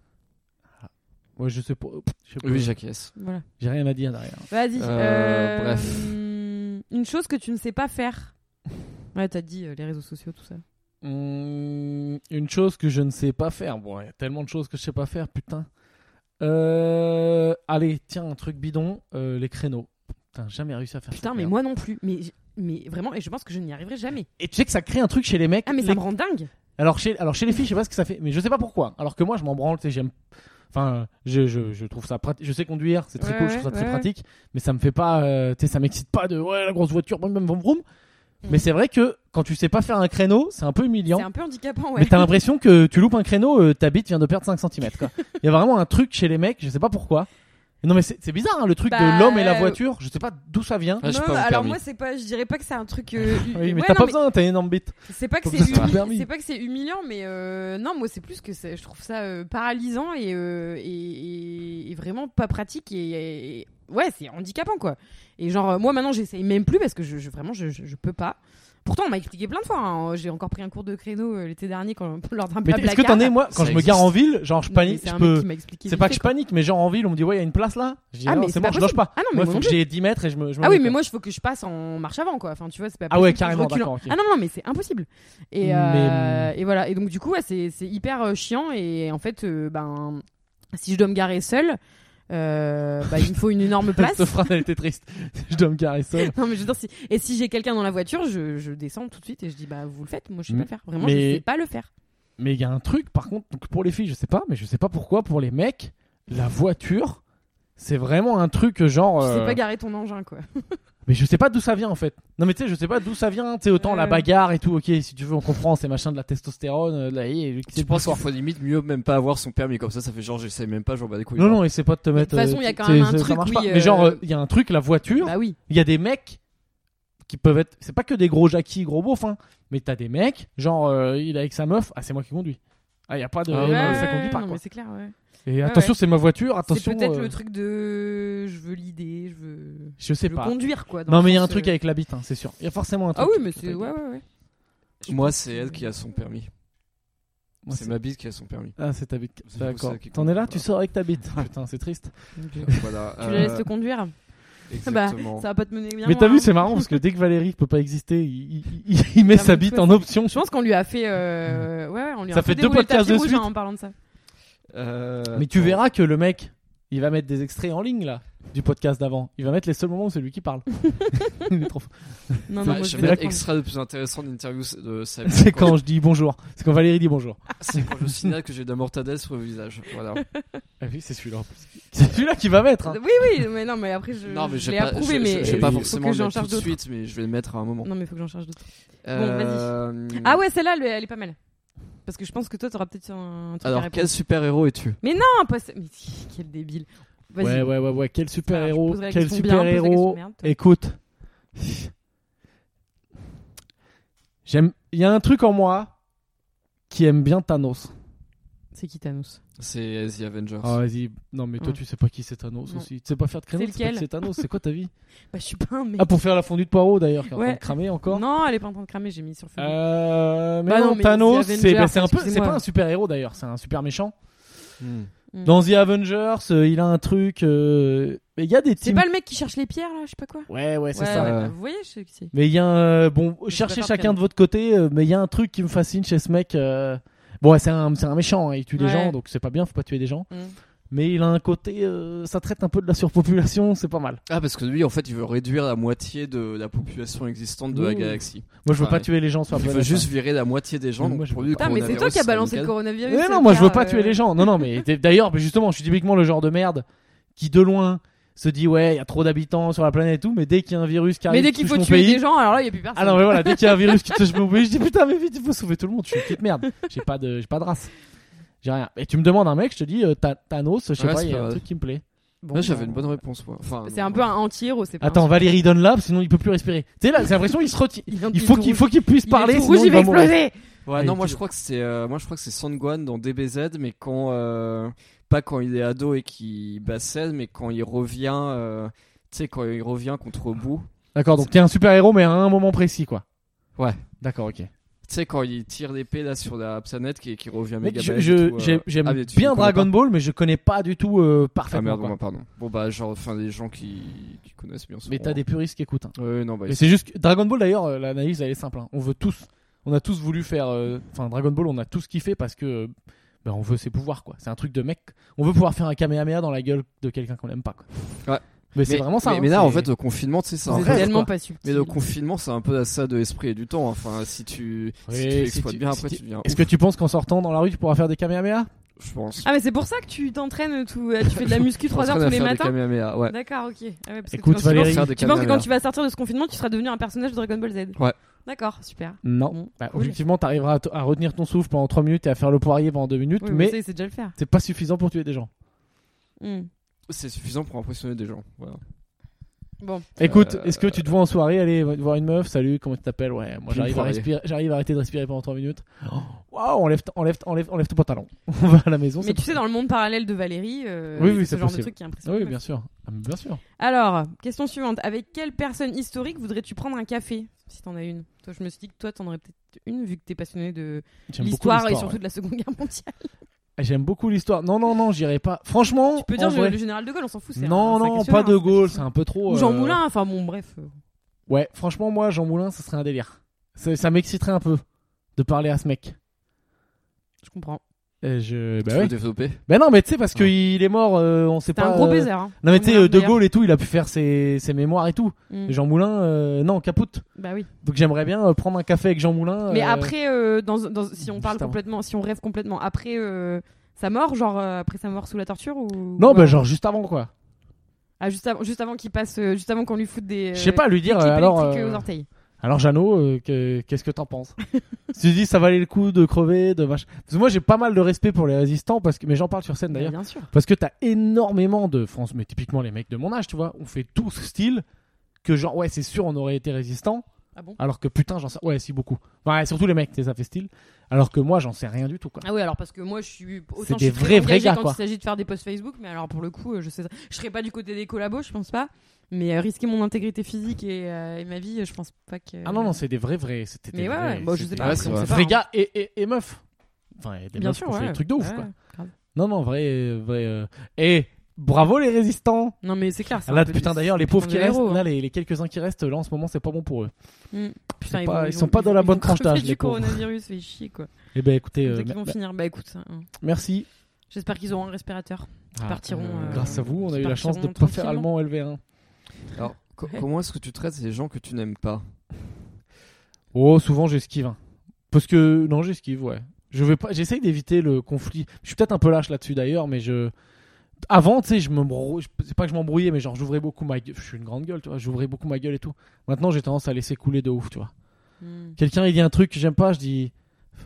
Speaker 1: Moi, je sais pas. euh, je sais pas.
Speaker 3: Oui, j'acquiesce.
Speaker 2: Voilà.
Speaker 1: J'ai rien à dire derrière.
Speaker 2: Vas-y.
Speaker 3: Euh,
Speaker 2: euh,
Speaker 3: bref.
Speaker 2: hum, Une chose que tu ne sais pas faire. Ouais, t'as dit euh, les réseaux sociaux, tout ça.
Speaker 1: Hum, une chose que je ne sais pas faire. Bon, il y a tellement de choses que je sais pas faire, putain. Euh, allez, tiens, un truc bidon, euh, les créneaux. Putain, jamais réussi à faire
Speaker 2: Putain,
Speaker 1: ça.
Speaker 2: mais moi non plus. Mais, j- mais vraiment, et je pense que je n'y arriverai jamais.
Speaker 1: Et tu sais que ça crée un truc chez les mecs.
Speaker 2: Ah, mais
Speaker 1: les-
Speaker 2: ça me rend dingue.
Speaker 1: alors, chez... alors, chez les filles, je sais pas ce que ça fait, mais je sais pas pourquoi. Alors que moi, je m'en branle, tu sais, j'aime. Enfin, euh, je, je, je trouve ça pratique. Je sais conduire, c'est très
Speaker 2: Ouais,
Speaker 1: cool, je
Speaker 2: ouais,
Speaker 1: trouve ça très
Speaker 2: ouais.
Speaker 1: pratique, mais ça me fait pas. euh, tu sais, ça m'excite pas de. Ouais, la grosse voiture, même vroom vroom.
Speaker 2: Mm.
Speaker 1: Mais c'est vrai que quand tu sais pas faire un créneau, c'est un peu humiliant.
Speaker 2: C'est un peu handicapant, ouais.
Speaker 1: Mais t'as l'impression que tu loupes un créneau, euh, ta bite vient de perdre 5 cm. Il y a vraiment un truc chez les mecs, je sais pas pourquoi. Non mais c'est c'est bizarre, hein, le truc
Speaker 2: Bah,
Speaker 1: de l'homme et la
Speaker 2: euh,
Speaker 1: voiture, je sais pas d'où ça vient.
Speaker 3: Ah, j'ai
Speaker 2: Non,
Speaker 3: pas mon
Speaker 2: alors
Speaker 3: permis.
Speaker 2: moi c'est pas, je dirais pas que c'est un truc. euh, hu-
Speaker 1: Oui, mais
Speaker 2: ouais,
Speaker 1: t'as pas
Speaker 2: non, mais Bah,
Speaker 1: besoin, t'as une énorme bite.
Speaker 2: C'est pas que
Speaker 1: Faut
Speaker 2: c'est
Speaker 1: que ça soit
Speaker 2: humili-
Speaker 1: permis.
Speaker 2: c'est pas que c'est humiliant, mais euh, non, moi c'est plus que c'est- je trouve ça euh, paralysant et, euh, et- et- et vraiment pas pratique et, et- ouais c'est handicapant quoi. Et genre euh, moi maintenant j'essaye même plus parce que je, je- vraiment je, je, je peux pas. Pourtant on m'a expliqué plein de fois. hein. J'ai encore pris un cours de créneau euh, l'été dernier quand, lors d'un
Speaker 1: Mais
Speaker 2: plat
Speaker 1: est-ce que t'en
Speaker 2: Blacard.
Speaker 1: es, moi,
Speaker 3: Ça
Speaker 1: quand je me gare
Speaker 3: existe.
Speaker 1: en ville, genre je
Speaker 2: Non, mais
Speaker 1: panique,
Speaker 2: c'est
Speaker 1: je
Speaker 2: un mec
Speaker 1: peux.
Speaker 2: qui m'a expliqué
Speaker 1: C'est
Speaker 2: vite
Speaker 1: pas que
Speaker 2: fait,
Speaker 1: je
Speaker 2: quoi.
Speaker 1: panique, mais genre en ville, on me dit ouais, il y a une place là. Je dis,
Speaker 2: Ah,
Speaker 1: non,
Speaker 2: mais
Speaker 1: c'est
Speaker 2: c'est
Speaker 1: mort,
Speaker 2: pas
Speaker 1: je loge
Speaker 2: possible.
Speaker 1: pas.
Speaker 2: Ah non, mais
Speaker 1: Moi,
Speaker 2: moi
Speaker 1: faut
Speaker 2: non
Speaker 1: que
Speaker 2: plus.
Speaker 1: j'ai 10 mètres et je me. je me
Speaker 2: Ah oui,
Speaker 1: mets,
Speaker 2: mais
Speaker 1: quoi.
Speaker 2: moi, il faut que je passe en marche avant, quoi. Enfin, tu vois, c'est pas
Speaker 1: Ah ouais,
Speaker 2: possible que je
Speaker 1: carrément,
Speaker 2: recule en-
Speaker 1: d'accord, ok.
Speaker 2: Ah non, non, mais c'est impossible. Et, euh, et voilà. Et donc, du coup, ouais, c'est c'est hyper euh, chiant. Et en fait, euh, ben, si je dois me garer seule, euh, bah, il me faut une énorme place.
Speaker 1: Cette phrase, elle était triste. je dois me garer seul.
Speaker 2: Non, mais je veux dire, si- et si j'ai quelqu'un dans la voiture, je, je descends tout de suite et je dis, bah, vous le faites. Moi, je sais
Speaker 1: Mais-
Speaker 2: pas le faire. Vraiment,
Speaker 1: Mm. mais-
Speaker 2: je sais pas le faire.
Speaker 1: Mais il y a un truc, par contre, donc pour les filles, je sais pas, mais je sais pas pourquoi, pour les mecs, la voiture, c'est vraiment un truc genre.
Speaker 2: Tu sais
Speaker 1: euh,
Speaker 2: pas garer ton engin, quoi.
Speaker 1: Mais je sais pas d'où ça vient en fait. Non mais tu sais, je sais pas d'où ça vient. Tu sais, autant la
Speaker 2: Euh.
Speaker 1: bagarre et tout, ok, si tu veux, on comprend, c'est machin de la testostérone. euh, de la... et- et-
Speaker 3: Tu
Speaker 1: c'est
Speaker 3: penses
Speaker 1: plus fort.
Speaker 3: qu'il faut limite mieux même pas avoir son permis comme ça, ça fait genre j'essaie même pas, j'en bats des couilles.
Speaker 1: Non, non, et c'est pas de te mettre.
Speaker 2: toute façon,
Speaker 1: euh,
Speaker 2: il y a
Speaker 1: tu-
Speaker 2: quand
Speaker 1: tu-
Speaker 2: même
Speaker 1: ça-
Speaker 2: un
Speaker 1: ça
Speaker 2: truc,
Speaker 1: marche
Speaker 2: oui,
Speaker 1: pas.
Speaker 2: euh,
Speaker 1: Mais genre, euh, il y a un truc, la voiture, il
Speaker 2: Bah oui.
Speaker 1: y a des mecs qui peuvent être. C'est pas que des gros jackies, gros beaufs, hein. Mais t'as des mecs, genre, euh, il est avec sa meuf, ah, c'est moi qui conduis. Ah, il y a pas de.
Speaker 3: Ah
Speaker 1: non, mais
Speaker 2: Ouais,
Speaker 1: ça conduit
Speaker 2: non,
Speaker 1: pas
Speaker 2: mais
Speaker 1: quoi.
Speaker 2: c'est clair, ouais.
Speaker 1: Et attention,
Speaker 2: ouais.
Speaker 1: c'est ma voiture,
Speaker 2: C'est
Speaker 1: attention.
Speaker 2: peut-être
Speaker 1: euh,
Speaker 2: le truc de je veux l'idée, je veux,
Speaker 1: Je
Speaker 2: je
Speaker 1: sais
Speaker 2: veux
Speaker 1: pas.
Speaker 2: conduire quoi. dans
Speaker 1: Non,
Speaker 2: le
Speaker 1: mais il y a un
Speaker 2: sens,
Speaker 1: truc
Speaker 2: euh,
Speaker 1: avec la bite, hein, c'est sûr. Il y a forcément un
Speaker 2: Ah
Speaker 1: truc.
Speaker 2: oui, mais
Speaker 1: qui-
Speaker 2: c'est ouais, ouais, ouais.
Speaker 3: Moi, c'est elle qui a son permis.
Speaker 1: Moi,
Speaker 3: c'est ma bite qui a son permis.
Speaker 1: Ah, c'est ta bite.
Speaker 3: C'est
Speaker 1: D'accord.
Speaker 3: ça qui
Speaker 1: T'en es là,
Speaker 3: compte,
Speaker 1: tu
Speaker 3: voilà.
Speaker 1: sors avec ta bite. Putain, c'est triste.
Speaker 3: voilà.
Speaker 1: euh,
Speaker 3: euh,
Speaker 2: Tu la laisses te conduire
Speaker 3: Exactement.
Speaker 2: Ça va pas te mener bien.
Speaker 1: Mais t'as
Speaker 2: loin,
Speaker 1: vu,
Speaker 2: hein.
Speaker 1: c'est marrant parce que dès que Valérie peut pas exister, il, il- il- il met
Speaker 2: Ah,
Speaker 1: sa
Speaker 2: mais
Speaker 1: bite
Speaker 2: toi,
Speaker 1: en option.
Speaker 2: Je pense qu'on lui a fait. euh, Ouais, ouais, on lui a
Speaker 1: Ça
Speaker 2: un peu
Speaker 1: fait deux
Speaker 2: déroulé le
Speaker 1: podcasts
Speaker 2: tapis
Speaker 1: de
Speaker 2: rouge,
Speaker 1: suite.
Speaker 2: hein, en parlant de ça.
Speaker 3: Euh,
Speaker 1: Mais tu
Speaker 3: attends.
Speaker 1: verras que le mec, il va mettre des extraits en ligne là. du podcast d'avant. Il va mettre les seuls moments où c'est lui qui parle. Il est trop fort.
Speaker 2: Non,
Speaker 1: C'est-
Speaker 2: non,
Speaker 1: Ah,
Speaker 2: moi,
Speaker 1: je
Speaker 2: je
Speaker 1: vais
Speaker 2: vais
Speaker 1: la
Speaker 2: la prendre.
Speaker 3: extra le plus intéressant de l'interview de Seb.
Speaker 1: C'est quand je dis bonjour. C'est quand Valérie dit bonjour.
Speaker 3: c'est quand je signale que j'ai de la mortadelle sur le visage. Voilà.
Speaker 1: Ah oui, c'est celui-là en plus. C'est celui-là qui va mettre. hein.
Speaker 2: Oui, oui, mais non, mais après, je,
Speaker 3: Non, mais
Speaker 2: je
Speaker 3: j'ai
Speaker 2: l'ai
Speaker 3: pas,
Speaker 2: approuvé,
Speaker 3: je-
Speaker 2: mais
Speaker 3: je- j'ai pas
Speaker 2: faut
Speaker 3: forcément
Speaker 2: que
Speaker 3: le
Speaker 2: j'en
Speaker 3: mettre
Speaker 2: charge
Speaker 3: tout de
Speaker 2: d'autres.
Speaker 3: suite, mais je vais le mettre à un moment.
Speaker 2: Non, mais il faut que j'en charge d'autres.
Speaker 3: Mm. Euh,
Speaker 2: Ah ouais, celle-là, elle, elle est pas mal. Parce que je pense que toi, t'auras peut-être un truc à
Speaker 3: Alors,
Speaker 2: répondre.
Speaker 3: quel super-héros es-tu
Speaker 2: Non, pas ce- Mais quel débile. Vas-y.
Speaker 1: Ouais, ouais, ouais, ouais. Quel super
Speaker 2: je
Speaker 1: héros.
Speaker 2: poserai la
Speaker 1: Quel
Speaker 2: question bien, pose
Speaker 1: super
Speaker 2: la question
Speaker 1: héros.
Speaker 2: merde, toi.
Speaker 1: Écoute. J'aime. Il y a un truc en moi qui aime bien Thanos.
Speaker 2: C'est qui Thanos
Speaker 3: C'est The Avengers.
Speaker 1: Ah, vas-y. Non, mais toi,
Speaker 2: Ouais.
Speaker 1: tu sais pas qui c'est Thanos
Speaker 2: Non.
Speaker 1: aussi. Tu sais pas faire de créneau.
Speaker 2: C'est
Speaker 1: tu sais pas que
Speaker 2: lequel
Speaker 1: C'est Thanos. C'est quoi ta vie
Speaker 2: Bah, je suis pas un mec.
Speaker 1: Ah, pour faire la fondue de poireau d'ailleurs, qui est en train
Speaker 2: Ouais.
Speaker 1: de cramer encore.
Speaker 2: non, elle est pas en train de cramer, j'ai mis sur Facebook.
Speaker 1: Euh, mais
Speaker 2: Bah
Speaker 1: non,
Speaker 2: non, mais
Speaker 1: Thanos,
Speaker 2: The
Speaker 1: c'est bah,
Speaker 2: Avengers,
Speaker 1: c'est un peu, c'est
Speaker 2: excusez-moi.
Speaker 1: pas un super héros d'ailleurs, c'est un super méchant.
Speaker 3: Hmm.
Speaker 2: Mm.
Speaker 1: Dans The Avengers, euh, il a un truc. euh, Mais il y a des
Speaker 2: C'est
Speaker 1: teams.
Speaker 2: pas le mec qui cherche les pierres, là, je sais pas quoi.
Speaker 1: Ouais, ouais, c'est
Speaker 2: Ouais,
Speaker 1: ça.
Speaker 2: ouais,
Speaker 3: Ouais.
Speaker 2: bah, vous voyez, je sais qui c'est.
Speaker 1: Mais il y a un. euh, Bon,
Speaker 2: je
Speaker 1: cherchez
Speaker 2: préfère
Speaker 1: chacun
Speaker 2: Ken.
Speaker 1: de votre côté, euh, mais il y a un truc qui me fascine chez ce mec. euh, Bon, ouais, c'est un, c'est un méchant, hein, il tue des
Speaker 2: Ouais.
Speaker 1: gens, donc c'est pas bien, faut pas tuer des gens.
Speaker 2: Mm.
Speaker 1: Mais il a un côté. euh, ça traite un peu de la surpopulation, c'est pas mal.
Speaker 3: Ah, parce que lui, en fait, il veut réduire la moitié de la population existante de la
Speaker 1: Ouh.
Speaker 3: galaxie.
Speaker 1: Moi, je veux
Speaker 3: Ouais.
Speaker 1: pas tuer les gens sur la
Speaker 3: Il veut
Speaker 1: planète,
Speaker 3: juste
Speaker 1: hein.
Speaker 3: virer la moitié des
Speaker 1: Mais
Speaker 3: gens.
Speaker 1: moi,
Speaker 3: donc
Speaker 1: je
Speaker 3: pour
Speaker 1: veux
Speaker 3: lui, le
Speaker 2: Putain, mais c'est toi
Speaker 3: coronavirus,
Speaker 2: qui as
Speaker 3: ça
Speaker 2: balancé
Speaker 3: nous
Speaker 2: le
Speaker 3: calme.
Speaker 2: coronavirus.
Speaker 1: Ouais,
Speaker 2: c'est
Speaker 1: non,
Speaker 2: le
Speaker 1: moi je veux
Speaker 2: cas,
Speaker 1: pas
Speaker 2: euh,
Speaker 1: tuer les gens. Non, non, mais t'es- d'ailleurs, mais justement, je suis typiquement le genre de merde qui de loin se dit ouais, il y a trop d'habitants sur la planète et tout, mais dès qu'il y a un virus qui arrive,
Speaker 2: Mais dès
Speaker 1: qui
Speaker 2: qu'il
Speaker 1: touche
Speaker 2: faut
Speaker 1: mon
Speaker 2: tuer
Speaker 1: pays,
Speaker 2: des gens, alors là, y a plus personne.
Speaker 1: Ah non, mais voilà, dès qu'il y a un virus qui touche mon pays, je dis putain, mais vite, il faut sauver tout le monde. Je suis une petite merde. J'ai pas de, j'ai pas de race. J'ai rien. Et tu me demandes un mec, je te dis euh, Ta- Thanos, je sais
Speaker 3: Ouais,
Speaker 1: pas,
Speaker 3: c'est
Speaker 1: il y a
Speaker 3: pas
Speaker 1: un
Speaker 3: vrai.
Speaker 1: truc qui me plaît.
Speaker 3: Moi, j'avais une bonne réponse. moi. Enfin,
Speaker 2: C'est
Speaker 3: non,
Speaker 2: un peu un anti-héros, c'est pas. un-
Speaker 1: Attends, Valérie donne là, sinon il peut plus respirer. Tu sais là, j'ai l'impression qu'il se retient.
Speaker 2: Il, vient de
Speaker 1: Il faut
Speaker 2: tout
Speaker 1: qu'il
Speaker 2: rouge.
Speaker 1: faut qu'il puisse
Speaker 2: Il est
Speaker 1: parler,
Speaker 2: tout
Speaker 1: sinon
Speaker 2: rouge,
Speaker 1: il
Speaker 2: il va
Speaker 1: va mourir.
Speaker 2: exploser.
Speaker 3: Ouais,
Speaker 1: Allez,
Speaker 3: non, moi
Speaker 1: tu-
Speaker 3: je crois que c'est, euh, moi je crois que c'est Sangwan dans DBZ, mais quand euh, pas quand il est ado et qu'il bassède, mais quand il revient, euh, tu sais quand il revient contre
Speaker 1: Ah.
Speaker 3: Bou,
Speaker 1: D'accord, donc t'es un super héros, mais à un moment précis, quoi.
Speaker 3: Ouais.
Speaker 1: D'accord, ok.
Speaker 3: tu sais quand il tire l'épée là sur la planète qui, qui revient
Speaker 1: Mec,
Speaker 3: méga
Speaker 1: je-
Speaker 3: balèze
Speaker 1: je-
Speaker 3: et tout, euh.
Speaker 1: j'ai- J'aime
Speaker 3: Ah, mais tu
Speaker 1: bien
Speaker 3: le connais
Speaker 1: Dragon
Speaker 3: pas
Speaker 1: Ball, mais je connais pas du tout euh,
Speaker 3: Ah
Speaker 1: parfaitement.
Speaker 3: merde,
Speaker 1: quoi.
Speaker 3: bon, bah, pardon. Bon bah genre, enfin les gens qui, qui connaissent bien.
Speaker 1: mais
Speaker 3: sauront.
Speaker 1: t'as des puristes qui écoutent. hein.
Speaker 3: Ouais, non, bah,
Speaker 1: Mais c'est juste que Dragon Ball d'ailleurs, euh, l'analyse elle est simple. hein. On veut tous, on a tous voulu faire, euh, enfin Dragon Ball, on a tous kiffé parce que euh, ben, on veut ses pouvoirs quoi. C'est un truc de mec. On veut pouvoir faire un Kamehameha dans la gueule de quelqu'un qu'on aime pas. Quoi.
Speaker 3: Ouais.
Speaker 1: Mais, c'est vraiment ça.
Speaker 3: Mais,
Speaker 1: hein,
Speaker 3: mais là
Speaker 1: c'est-
Speaker 3: en fait le confinement, tu sais ça.
Speaker 1: C'est
Speaker 2: C'est
Speaker 1: rêve,
Speaker 2: tellement
Speaker 1: quoi.
Speaker 2: pas subtil.
Speaker 3: Mais le confinement, c'est un peu à ça de esprit et du temps. hein. Enfin, si tu, si
Speaker 1: Oui,
Speaker 3: tu
Speaker 1: si
Speaker 3: l'exploites
Speaker 1: tu-
Speaker 3: bien,
Speaker 1: si
Speaker 3: après
Speaker 1: tu-
Speaker 3: tu deviens.
Speaker 1: Est-ce que tu penses qu'en sortant dans la rue tu pourras faire des Kamehameha
Speaker 3: ouf, Je pense.
Speaker 2: Ah, mais c'est pour ça que tu t'entraînes, tout... euh, tu fais de la muscu 3 heures tous les matins
Speaker 3: matins. Ouais.
Speaker 2: D'accord, ok. Ah ouais, parce que
Speaker 1: Écoute,
Speaker 2: tu penses-
Speaker 1: Valérie,
Speaker 3: Faire des
Speaker 2: Tu penses que quand
Speaker 3: Kamehameha.
Speaker 2: tu vas sortir de ce confinement, tu seras devenu un personnage de Dragon Ball Z
Speaker 3: Ouais.
Speaker 2: D'accord, super.
Speaker 1: Non.
Speaker 2: Bon,
Speaker 1: Bah,
Speaker 2: cool.
Speaker 1: Objectivement, t'arriveras à, t- à retenir ton souffle pendant 3 minutes et à faire le poirier pendant 2 minutes,
Speaker 2: Oui, mais
Speaker 1: mais
Speaker 2: c'est c'est déjà le faire.
Speaker 1: c'est pas suffisant pour tuer des gens.
Speaker 2: Hmm.
Speaker 3: C'est suffisant pour impressionner des gens. Voilà.
Speaker 1: Bah
Speaker 2: Bon,
Speaker 1: Écoute,
Speaker 3: Euh,
Speaker 1: est-ce que tu te vois en soirée aller voir une meuf Salut, comment tu t'appelles Ouais, moi
Speaker 3: Puis
Speaker 1: j'arrive à,
Speaker 3: poirier.
Speaker 1: respirer- j'arrive à arrêter de respirer pendant 3 minutes. Waouh, enlève, t- enlève, t- enlève, enlève ton pantalon. On va à la maison.
Speaker 2: mais
Speaker 1: c'est
Speaker 2: tu sais, dans le monde parallèle de Valérie, euh,
Speaker 1: Oui, oui,
Speaker 2: c'est
Speaker 1: c'est
Speaker 2: ce genre
Speaker 1: possible.
Speaker 2: de truc qui est
Speaker 1: Ah
Speaker 2: impressionnant.
Speaker 1: oui, bien sûr. Ah, mais bien sûr.
Speaker 2: Alors, question suivante. Avec quelle personne historique voudrais-tu prendre un café Si t'en as une. Toi, je me suis dit que toi, t'en aurais peut-être une, vu que t'es passionné de
Speaker 1: J'aime beaucoup
Speaker 2: l'histoire et
Speaker 1: l'histoire,
Speaker 2: surtout
Speaker 1: ouais.
Speaker 2: de la Seconde Guerre mondiale.
Speaker 1: Ah, J'aime beaucoup l'histoire. Non, non, non, j'irai pas. Franchement,
Speaker 2: Tu peux
Speaker 1: Oh, en
Speaker 2: dire
Speaker 1: vrai-
Speaker 2: le général de Gaulle, on s'en fout. c'est un-
Speaker 1: non,
Speaker 2: c'est un
Speaker 1: non, pas
Speaker 2: questionnaire,
Speaker 1: de
Speaker 2: hein,
Speaker 1: Gaulle, c'est
Speaker 2: c'est-
Speaker 1: un peu trop.
Speaker 2: Ou Jean
Speaker 1: euh,
Speaker 2: Moulin, enfin bon, bref. euh.
Speaker 1: Ouais, franchement, moi, Jean Moulin, ce serait un délire. Ça, ça m'exciterait un peu de parler à ce mec.
Speaker 2: Je comprends.
Speaker 1: Et je...
Speaker 3: Tu
Speaker 1: Bah
Speaker 3: veux
Speaker 1: ouais.
Speaker 3: développer
Speaker 1: Bah non, mais tu sais, parce
Speaker 3: Ah.
Speaker 1: qu'il est mort, euh, on sait
Speaker 2: T'es
Speaker 1: pas.
Speaker 2: un gros
Speaker 1: euh,
Speaker 2: baiser. hein.
Speaker 1: Non, mais tu sais,
Speaker 2: Jean
Speaker 1: euh, De
Speaker 2: Moulin,
Speaker 1: Gaulle et tout, il a pu faire ses, ses mémoires et tout.
Speaker 2: d'ailleurs.
Speaker 1: Et
Speaker 2: Hmm.
Speaker 1: Jean Moulin, euh, non, capote.
Speaker 2: Bah oui.
Speaker 1: Donc j'aimerais bien euh, prendre un café avec Jean Moulin.
Speaker 2: Mais
Speaker 1: euh,
Speaker 2: après, euh, dans, dans- si on parle
Speaker 1: juste avant.
Speaker 2: complètement, si on rêve complètement, après euh, sa mort, genre euh, après sa mort sous la torture ou
Speaker 1: Non,
Speaker 2: ou
Speaker 1: bah
Speaker 2: avant
Speaker 1: genre juste avant quoi.
Speaker 2: Ah, juste avant, juste avant qu'il passe, euh, juste avant qu'on lui foute des.
Speaker 1: Je sais pas, lui dire.
Speaker 2: clips
Speaker 1: euh, alors,
Speaker 2: électriques, euh,
Speaker 1: euh,
Speaker 2: aux orteils.
Speaker 1: alors Jeannot, euh, que- qu'est-ce que t'en penses Si tu dis ça valait le coup de crever, de machin. Parce que moi j'ai pas mal de respect pour les résistants, parce que mais j'en parle sur scène
Speaker 2: Bah,
Speaker 1: d'ailleurs.
Speaker 2: bien sûr.
Speaker 1: Parce que t'as énormément de France, mais typiquement les mecs de mon âge, tu vois, on fait tout ce style que genre ouais c'est sûr on aurait été résistant.
Speaker 2: Ah bon
Speaker 1: Alors que putain j'en sais ouais si beaucoup. Ouais surtout les mecs, tu sais, ça fait style. Alors que moi j'en sais rien du tout quoi.
Speaker 2: Ah oui, alors parce que moi je suis autant
Speaker 1: C'est
Speaker 2: je
Speaker 1: des
Speaker 2: suis
Speaker 1: vrais,
Speaker 2: très
Speaker 1: vrais
Speaker 2: engagée
Speaker 1: gars,
Speaker 2: quand
Speaker 1: quoi.
Speaker 2: il s'agit de faire des posts Facebook, mais alors pour le coup, euh, je sais ça. Je serais pas du côté des collabos, je pense pas. Mais euh, risquer mon intégrité physique et, euh, et ma vie, je pense pas que.
Speaker 1: Ah non non c'est des vrais vrais. C'était des
Speaker 2: Mais ouais,
Speaker 1: vrais-
Speaker 2: ouais, moi je sais
Speaker 1: c'était-
Speaker 2: pas.
Speaker 3: Ouais,
Speaker 2: après,
Speaker 3: c'est
Speaker 2: on
Speaker 3: vrai.
Speaker 2: sait pas,
Speaker 1: Vrais
Speaker 2: hein.
Speaker 1: gars et, et, et meufs. Enfin, et des
Speaker 2: Bien
Speaker 1: meufs
Speaker 2: sûr,
Speaker 1: qui ont fait
Speaker 2: ouais.
Speaker 1: des trucs de ouf,
Speaker 2: Ouais,
Speaker 1: quoi.
Speaker 2: ouais, grave.
Speaker 1: Non, non, vrai, vrai. euh, Eh, bravo les résistants
Speaker 2: Non mais c'est clair. c'est un
Speaker 1: Ah Là,
Speaker 2: peu
Speaker 1: putain,
Speaker 2: des-
Speaker 1: d'ailleurs, les
Speaker 2: des
Speaker 1: pauvres
Speaker 2: putains
Speaker 1: qui
Speaker 2: de
Speaker 1: restent,
Speaker 2: héros, hein.
Speaker 1: là, les, les quelques-uns qui restent, là, en ce moment, c'est pas bon pour eux.
Speaker 2: Mm. Putain,
Speaker 1: C'est
Speaker 2: ils,
Speaker 1: pas-
Speaker 2: vont-
Speaker 1: ils
Speaker 2: vont-
Speaker 1: sont pas dans
Speaker 2: vont-
Speaker 1: la
Speaker 2: ils
Speaker 1: bonne
Speaker 2: vont
Speaker 1: tranche d'âge,
Speaker 2: crever
Speaker 1: les
Speaker 2: du
Speaker 1: pauvres.
Speaker 2: coronavirus, fait chier quoi.
Speaker 1: Eh ben, écoutez,
Speaker 2: Peut-être
Speaker 1: euh,
Speaker 2: qu'ils vont
Speaker 1: me-
Speaker 2: finir. Bah écoute, ça, hein.
Speaker 1: merci.
Speaker 5: J'espère qu'ils auront un respirateur. Ils
Speaker 3: Ah,
Speaker 5: partiront.
Speaker 3: euh,
Speaker 5: euh,
Speaker 1: Grâce à vous, on a eu la chance de
Speaker 5: partiront
Speaker 1: pas faire
Speaker 5: tranquillement.
Speaker 1: allemand au LV1.
Speaker 3: Alors, co- comment est-ce que tu traites les gens que tu n'aimes pas
Speaker 1: Oh, souvent j'esquive. hein. Parce que non, j'esquive, ouais. Je vais pas. J'essaye d'éviter le conflit. Je suis peut-être un peu lâche là-dessus d'ailleurs, mais je. Avant, tu sais, je me brou- je- c'est pas que je m'embrouillais, mais genre j'ouvrais beaucoup ma gueule. Je suis une grande gueule, tu vois. J'ouvrais beaucoup ma gueule et tout. Maintenant, j'ai tendance à laisser couler de ouf, tu vois.
Speaker 5: Hmm.
Speaker 1: Quelqu'un il dit un truc que j'aime pas, je dis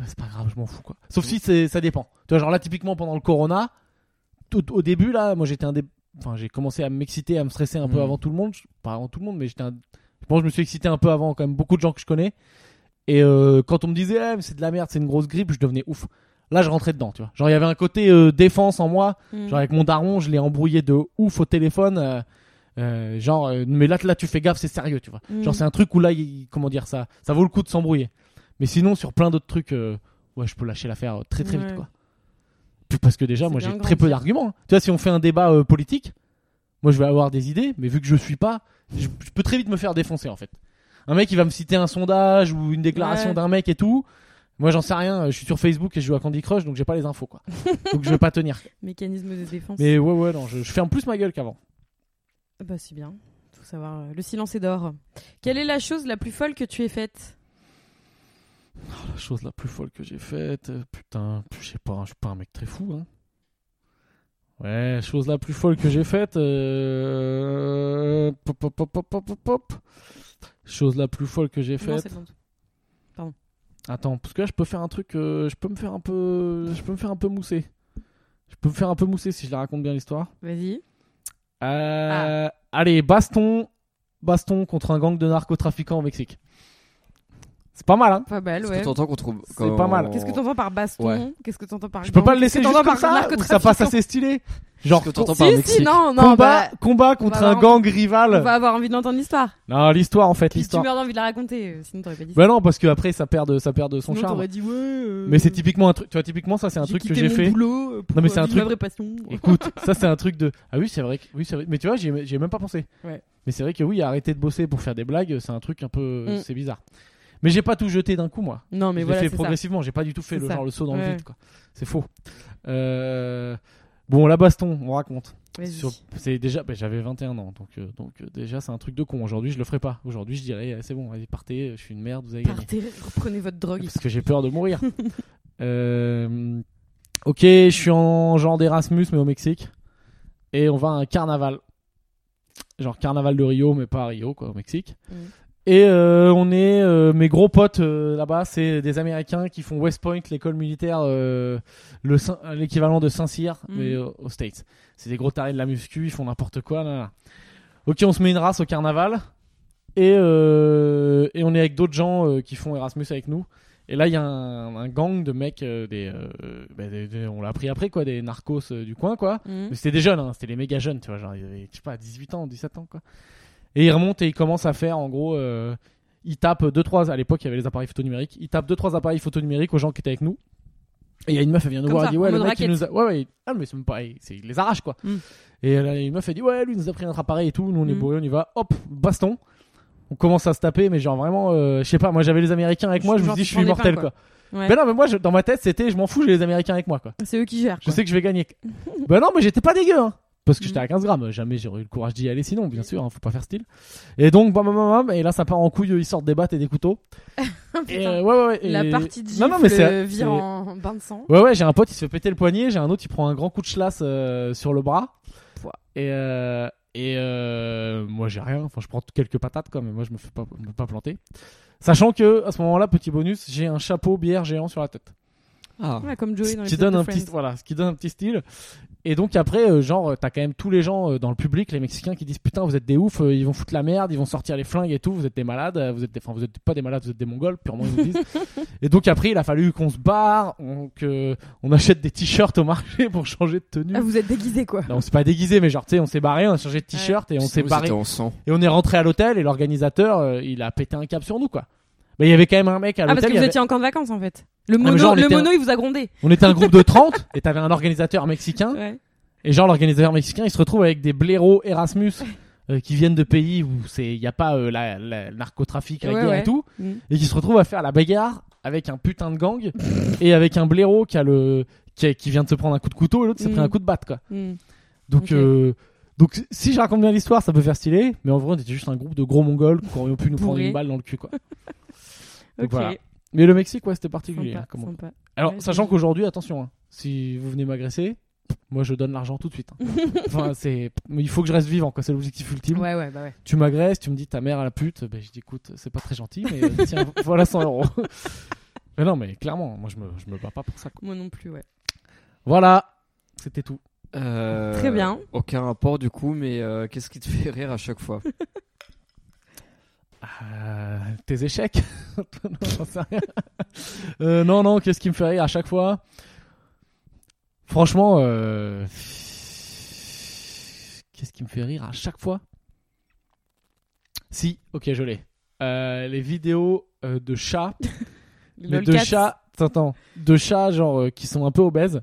Speaker 1: c'est pas grave, je m'en fous quoi. Sauf si c'est ça dépend. Tu vois, genre là typiquement pendant le corona, tout au début là, moi j'étais un des enfin j'ai commencé à m'exciter, à me stresser un peu
Speaker 3: Mhm.
Speaker 1: avant tout le monde, Je- pas avant tout le monde mais j'étais un... je pense que je me suis excité un peu avant quand même beaucoup de gens que je connais. Et euh, quand on me disait Eh, mais c'est de la merde, c'est une grosse grippe, je devenais ouf. Là, je rentrais dedans, tu vois. Genre il y avait un côté euh, défense en moi,
Speaker 5: Hmm.
Speaker 1: Genre avec mon daron, je l'ai embrouillé de ouf au téléphone. euh, euh, genre, euh, mais là, là, tu fais gaffe, c'est sérieux, tu vois.
Speaker 5: Mm.
Speaker 1: Genre, c'est un truc où là, il- comment dire ça Ça vaut le coup de s'embrouiller. Mais sinon, sur plein d'autres trucs, euh, ouais, je peux lâcher l'affaire euh, très très vite,
Speaker 5: Ouais.
Speaker 1: quoi. Puis parce que déjà,
Speaker 5: C'est
Speaker 1: moi,
Speaker 5: bien
Speaker 1: j'ai
Speaker 5: grand,
Speaker 1: très peu
Speaker 5: ça.
Speaker 1: d'arguments. hein. Tu vois, si on fait un débat euh, politique, moi, je vais avoir des idées, mais vu que je suis pas, je, je peux très vite me faire défoncer, en fait. Un mec, il va me citer un sondage ou une déclaration
Speaker 5: Ouais.
Speaker 1: d'un mec et tout. Moi, j'en sais rien. euh, Je suis sur Facebook et je joue à Candy Crush, donc j'ai pas les infos, quoi. donc je vais pas tenir.
Speaker 5: Mécanisme de défense.
Speaker 1: Mais ouais, ouais, non, je, je ferme plus ma gueule qu'avant.
Speaker 2: Ah
Speaker 5: Bah, c'est bien. Faut savoir. euh, Le silence est d'or. Quelle est la chose la plus folle que tu aies faite
Speaker 1: La chose la plus folle que j'ai faite, euh, putain, je sais pas, je suis pas un mec très fou, hein. Ouais, chose la plus folle que j'ai faite, euh... pop, pop, pop, pop, pop, pop, pop. Chose la plus folle que j'ai
Speaker 5: Non,
Speaker 1: faite.
Speaker 5: c'est bon.
Speaker 1: Attends, parce que là, je peux faire un truc, euh, je peux me faire un peu, je peux me faire un peu mousser. Je peux me faire un peu mousser si je la raconte bien l'histoire.
Speaker 5: Vas-y.
Speaker 1: Euh,
Speaker 5: Ah.
Speaker 1: Allez, baston, baston contre un gang de narcotrafiquants au Mexique. C'est pas mal, hein.
Speaker 5: Pas mal,
Speaker 3: Est-ce
Speaker 5: ouais.
Speaker 3: que t'entends qu'on trouve
Speaker 1: C'est pas mal.
Speaker 5: Qu'est-ce que t'entends par baston
Speaker 3: Ouais.
Speaker 5: Qu'est-ce que t'entends par
Speaker 1: Je peux
Speaker 5: gang
Speaker 1: pas le laisser
Speaker 5: Qu'est-ce que
Speaker 1: juste
Speaker 5: t'entends
Speaker 1: comme
Speaker 5: par
Speaker 1: ça, ou ça passe assez stylé. Genre,
Speaker 3: Qu'est-ce que t'entends
Speaker 5: narcotrafiquant
Speaker 3: par
Speaker 5: Si, si,
Speaker 3: Mexique
Speaker 5: non, non.
Speaker 1: combat,
Speaker 5: bah,
Speaker 1: combat
Speaker 5: on
Speaker 1: contre
Speaker 5: va
Speaker 1: un
Speaker 5: avoir
Speaker 1: gang
Speaker 5: on
Speaker 1: rival.
Speaker 5: va avoir envie d'entendre l'histoire.
Speaker 1: Non, l'histoire en fait,
Speaker 5: Si tu
Speaker 1: l'histoire.
Speaker 5: meurs d'envie de la raconter, euh, sinon t'aurais pas dit ça.
Speaker 1: Bah non, parce que après ça perd de, ça perd de son
Speaker 5: Sinon,
Speaker 1: charme.
Speaker 5: t'aurais dit ouais. euh,
Speaker 1: Mais c'est typiquement un truc, tu vois, typiquement ça c'est un truc que
Speaker 5: quitté
Speaker 1: j'ai
Speaker 5: mon
Speaker 1: fait.
Speaker 5: boulot, euh, pour,
Speaker 1: Non, mais c'est
Speaker 5: euh,
Speaker 1: un
Speaker 5: vivre ma
Speaker 1: truc-
Speaker 5: vraie passion.
Speaker 1: Écoute, ça c'est un truc de. Ah oui, c'est vrai, que... oui, c'est vrai. Mais tu vois, j'y ai j'y ai même pas pensé.
Speaker 5: Ouais.
Speaker 1: Mais c'est vrai que oui, arrêter de bosser pour faire des blagues, c'est un truc un peu,
Speaker 5: Mm.
Speaker 1: c'est bizarre. Mais j'ai pas tout jeté d'un coup moi.
Speaker 5: Non, mais
Speaker 1: je l'ai
Speaker 5: voilà,
Speaker 1: fait
Speaker 5: c'est ça.
Speaker 1: progressivement, j'ai pas du tout fait
Speaker 5: C'est
Speaker 1: le,
Speaker 5: ça.
Speaker 1: genre, le saut dans
Speaker 5: Ouais.
Speaker 1: le vide. quoi. C'est faux. Euh, Bon, la baston, on raconte.
Speaker 5: Vas-y.
Speaker 1: Sur- C'est déjà, bah, j'avais 21 ans, donc, euh, donc euh, déjà c'est un truc de con. Aujourd'hui, je le ferai pas. Aujourd'hui, je dirais, eh, c'est bon, allez, partez, je suis une merde, vous avez gagné.
Speaker 5: Partez, reprenez votre drogue.
Speaker 1: Parce que j'ai peur de mourir. Euh, Ok, je suis en genre d'Erasmus, mais au Mexique. Et on va à un carnaval. Genre carnaval de Rio, mais pas à Rio, quoi, au Mexique.
Speaker 5: Mm.
Speaker 1: Et euh, on est, euh, mes gros potes euh, là-bas, c'est des Américains qui font West Point, l'école militaire, euh, le Saint- l'équivalent de Saint-Cyr,
Speaker 5: Mm.
Speaker 1: mais euh, aux States. C'est des gros tarés de la muscu, ils font n'importe quoi. là, là. Ok, on se met une race au carnaval. Et, euh, et on est avec d'autres gens euh, qui font Erasmus avec nous. Et là, il y a un, un gang de mecs, euh, des, euh, bah, des- des- on l'a appris après, quoi, des narcos euh, du coin, quoi.
Speaker 5: Hmm.
Speaker 1: Mais c'était des jeunes, hein, c'était les méga jeunes, tu vois, genre, ils avaient, je sais pas, 18 ans, 17 ans, quoi. Et ils remontent et ils commencent à faire, en gros, euh, ils tapent 2-3, à l'époque, il y avait les appareils photo numériques, ils tapent 2-3 appareils photo numériques aux gens qui étaient avec nous. Et il y a une meuf, elle vient nous
Speaker 5: Comme
Speaker 1: voir,
Speaker 5: ça,
Speaker 1: elle dit, ouais,
Speaker 5: en
Speaker 1: le
Speaker 5: mode
Speaker 1: mec, il
Speaker 5: raquette.
Speaker 1: nous a. Ouais, ouais, ah, mais c'est même pareil, c'est- il les arrache, quoi.
Speaker 5: Mm.
Speaker 1: Et là, il y a une meuf, elle dit, ouais, lui, il nous a pris notre appareil et tout, nous, on est
Speaker 5: Mm.
Speaker 1: bourrés, on y va, hop, baston. On commence à se taper, mais genre vraiment, euh, je sais pas, moi j'avais les Américains avec moi, je me
Speaker 5: Genre,
Speaker 1: dis,
Speaker 5: tu
Speaker 1: je
Speaker 5: prends
Speaker 1: suis
Speaker 5: des
Speaker 1: immortel,
Speaker 5: pains,
Speaker 1: quoi.
Speaker 5: quoi. Ouais.
Speaker 1: Ben non, mais moi, je- dans ma tête, c'était je m'en fous, j'ai les Américains avec moi, quoi.
Speaker 5: C'est eux qui gèrent.
Speaker 1: Je sais que je vais gagner. ben non, mais j'étais pas dégueu, hein. Parce que j'étais
Speaker 5: Mm.
Speaker 1: à 15 grammes, jamais j'aurais eu le courage d'y aller sinon, bien sûr, hein, faut pas faire style. Et donc, bam, bam, bam, bam, et là ça part en couille, ils sortent des battes et des couteaux. Et, euh, ouais, ouais, ouais,
Speaker 5: Oh, La
Speaker 1: et-
Speaker 5: partie de euh,
Speaker 1: Non, non, mais c'est- c'est-
Speaker 5: vire en bain de sang.
Speaker 1: Ouais, ouais, j'ai un pote, il se fait péter le poignet, j'ai un autre, il prend un grand coup de chlasse euh, sur le bras.
Speaker 5: Pouah.
Speaker 1: Et, euh, et euh, moi, j'ai rien. Enfin, je prends quelques patates, quoi, mais moi, je me fais pas, je me fais pas planter. Sachant que, à ce moment-là, petit bonus, j'ai un chapeau bière géant sur la tête.
Speaker 3: Ah,
Speaker 5: Ouais, comme Joey
Speaker 1: Ce
Speaker 5: dans
Speaker 1: qui,
Speaker 5: l'épisode
Speaker 1: donne
Speaker 5: de
Speaker 1: un petit,
Speaker 5: Friends.
Speaker 1: voilà, ce qui donne un petit style. Et donc, après, euh, genre, t'as quand même tous les gens euh, dans le public, les Mexicains, qui disent Putain, vous êtes des oufs, euh, ils vont foutre la merde, ils vont sortir les flingues et tout, vous êtes des malades, euh, vous êtes, des- enfin, vous êtes pas des malades, vous êtes des mongols, purement ils nous disent. Et donc après, il a fallu qu'on se barre, on, que- on achète des t-shirts au marché pour changer de tenue.
Speaker 5: Ah, vous êtes déguisés quoi.
Speaker 1: Non, on s'est pas déguisé, mais genre, tu sais, on s'est barré, on a changé de t-shirt et on s'est
Speaker 3: Sinon,
Speaker 1: barré.
Speaker 3: c'était en sang.
Speaker 1: Et on est rentré à l'hôtel et l'organisateur, euh, il a pété un cap sur nous, quoi. Mais il y avait quand même un mec à
Speaker 5: Ah, parce
Speaker 1: l'hôtel.
Speaker 5: que
Speaker 1: il
Speaker 5: vous
Speaker 1: y avait-
Speaker 5: étiez en camp de vacances en fait. Le
Speaker 1: mais
Speaker 5: mono,
Speaker 1: genre, on
Speaker 5: le
Speaker 1: était
Speaker 5: mono il vous a grondé.
Speaker 1: On était un groupe de 30 et t'avais un organisateur mexicain.
Speaker 5: Ouais.
Speaker 1: Et genre, l'organisateur mexicain, il se retrouve avec des blaireaux Erasmus euh, qui viennent de pays où il n'y a pas euh, la, la- le narcotrafic, la
Speaker 5: Ouais,
Speaker 1: guerre
Speaker 5: ouais.
Speaker 1: et tout.
Speaker 5: Mm.
Speaker 1: Et qui se retrouvent à faire la bagarre avec un putain de gang et avec un blaireau qui a le qui, a- qui vient de se prendre un coup de couteau et l'autre s'est pris
Speaker 2: Mm.
Speaker 1: un coup de batte quoi.
Speaker 2: Mm.
Speaker 1: Donc
Speaker 2: Ok.
Speaker 1: euh, donc si je raconte bien l'histoire, ça peut faire stylé, mais en vrai on était juste un groupe de gros mongols qui aurions pu nous prendre
Speaker 2: Bourrés.
Speaker 1: une balle dans le cul quoi. Donc
Speaker 2: Ok.
Speaker 1: voilà. Mais le Mexique ouais, c'était particulier. hein,
Speaker 2: Sympa,
Speaker 1: comment-
Speaker 2: sympa.
Speaker 1: Alors
Speaker 2: Ouais,
Speaker 1: sachant
Speaker 2: j'imagine.
Speaker 1: qu'aujourd'hui attention hein, si vous venez m'agresser, moi je donne l'argent tout de suite. hein. enfin c'est mais il faut que je reste vivant quoi, c'est l'objectif ultime.
Speaker 6: Ouais, ouais, bah ouais.
Speaker 1: Tu m'agresses, tu me dis ta mère à la pute, ben je dis écoute, c'est pas très gentil mais euh, tiens, voilà 100 euros. Mais non, mais clairement, moi je me, je me bats pas pour ça. quoi.
Speaker 2: Moi non plus, ouais.
Speaker 1: Voilà, c'était tout.
Speaker 3: Euh,
Speaker 2: Très bien.
Speaker 3: Aucun rapport du coup, mais euh, qu'est-ce qui te fait rire à chaque fois
Speaker 1: Euh, tes échecs non, j'en sais rien. Euh, non, non, qu'est-ce qui me fait rire à chaque fois Franchement, euh, qu'est-ce qui me fait rire à chaque fois Si, ok, je l'ai. Euh, les vidéos euh, de chats, mais de
Speaker 2: Lolcats.
Speaker 1: chats, t'entends, de chats genre euh, qui sont un peu obèses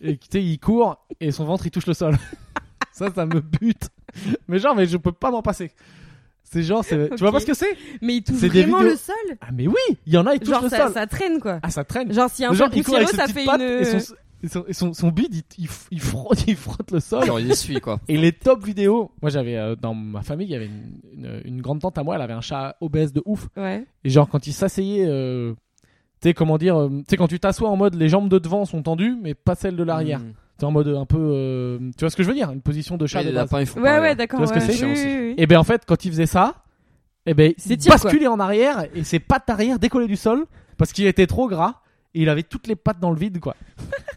Speaker 1: et qui, tu sais, ils courent et son ventre il touche le sol. ça, ça me bute. Mais genre, mais je peux pas m'en passer. C'est genre, c'est- tu vois
Speaker 2: Ok.
Speaker 1: pas ce que c'est
Speaker 2: Mais il touche
Speaker 1: C'est des
Speaker 2: vraiment
Speaker 1: vidéos.
Speaker 2: le sol
Speaker 1: ah mais oui, il y en a, ils touchent
Speaker 2: Genre
Speaker 1: le
Speaker 2: ça,
Speaker 1: sol.
Speaker 2: ça traîne quoi.
Speaker 1: Ah ça traîne.
Speaker 2: Genre si un
Speaker 1: Genre
Speaker 2: peu
Speaker 1: il court avec
Speaker 2: poussiéreux,
Speaker 1: ses
Speaker 2: ça
Speaker 1: petites
Speaker 2: fait
Speaker 1: pattes
Speaker 2: une.
Speaker 1: et, son, et son- et son- son bide, il, il, f- il frotte, il frotte le sol.
Speaker 3: Ah, Genre il essuie quoi.
Speaker 1: Et les top vidéos, moi j'avais euh, dans ma famille, il y avait une, une- une grande tante à moi, elle avait un chat obèse de ouf.
Speaker 2: Ouais.
Speaker 1: Et genre quand il s'asseyait, euh, tu sais comment dire, euh, tu sais quand tu t'assois en mode les jambes de devant sont tendues, mais pas celles de l'arrière.
Speaker 3: Mm.
Speaker 1: T'es en mode un peu, euh, tu vois ce que je veux dire, une position de chat
Speaker 3: Et
Speaker 1: de
Speaker 3: les
Speaker 1: base.
Speaker 3: lapins ils font
Speaker 2: Ouais,
Speaker 3: pareil. hein.
Speaker 2: ouais, d'accord.
Speaker 1: Tu vois ce que
Speaker 2: ouais.
Speaker 1: c'est
Speaker 2: Oui,
Speaker 3: aussi
Speaker 2: oui, oui.
Speaker 1: Et ben en fait quand il faisait ça, et ben
Speaker 2: C'est
Speaker 1: il
Speaker 2: tir,
Speaker 1: basculait en arrière et ses pattes arrière décollaient du sol parce qu'il était trop gras et il avait toutes les pattes dans le vide quoi.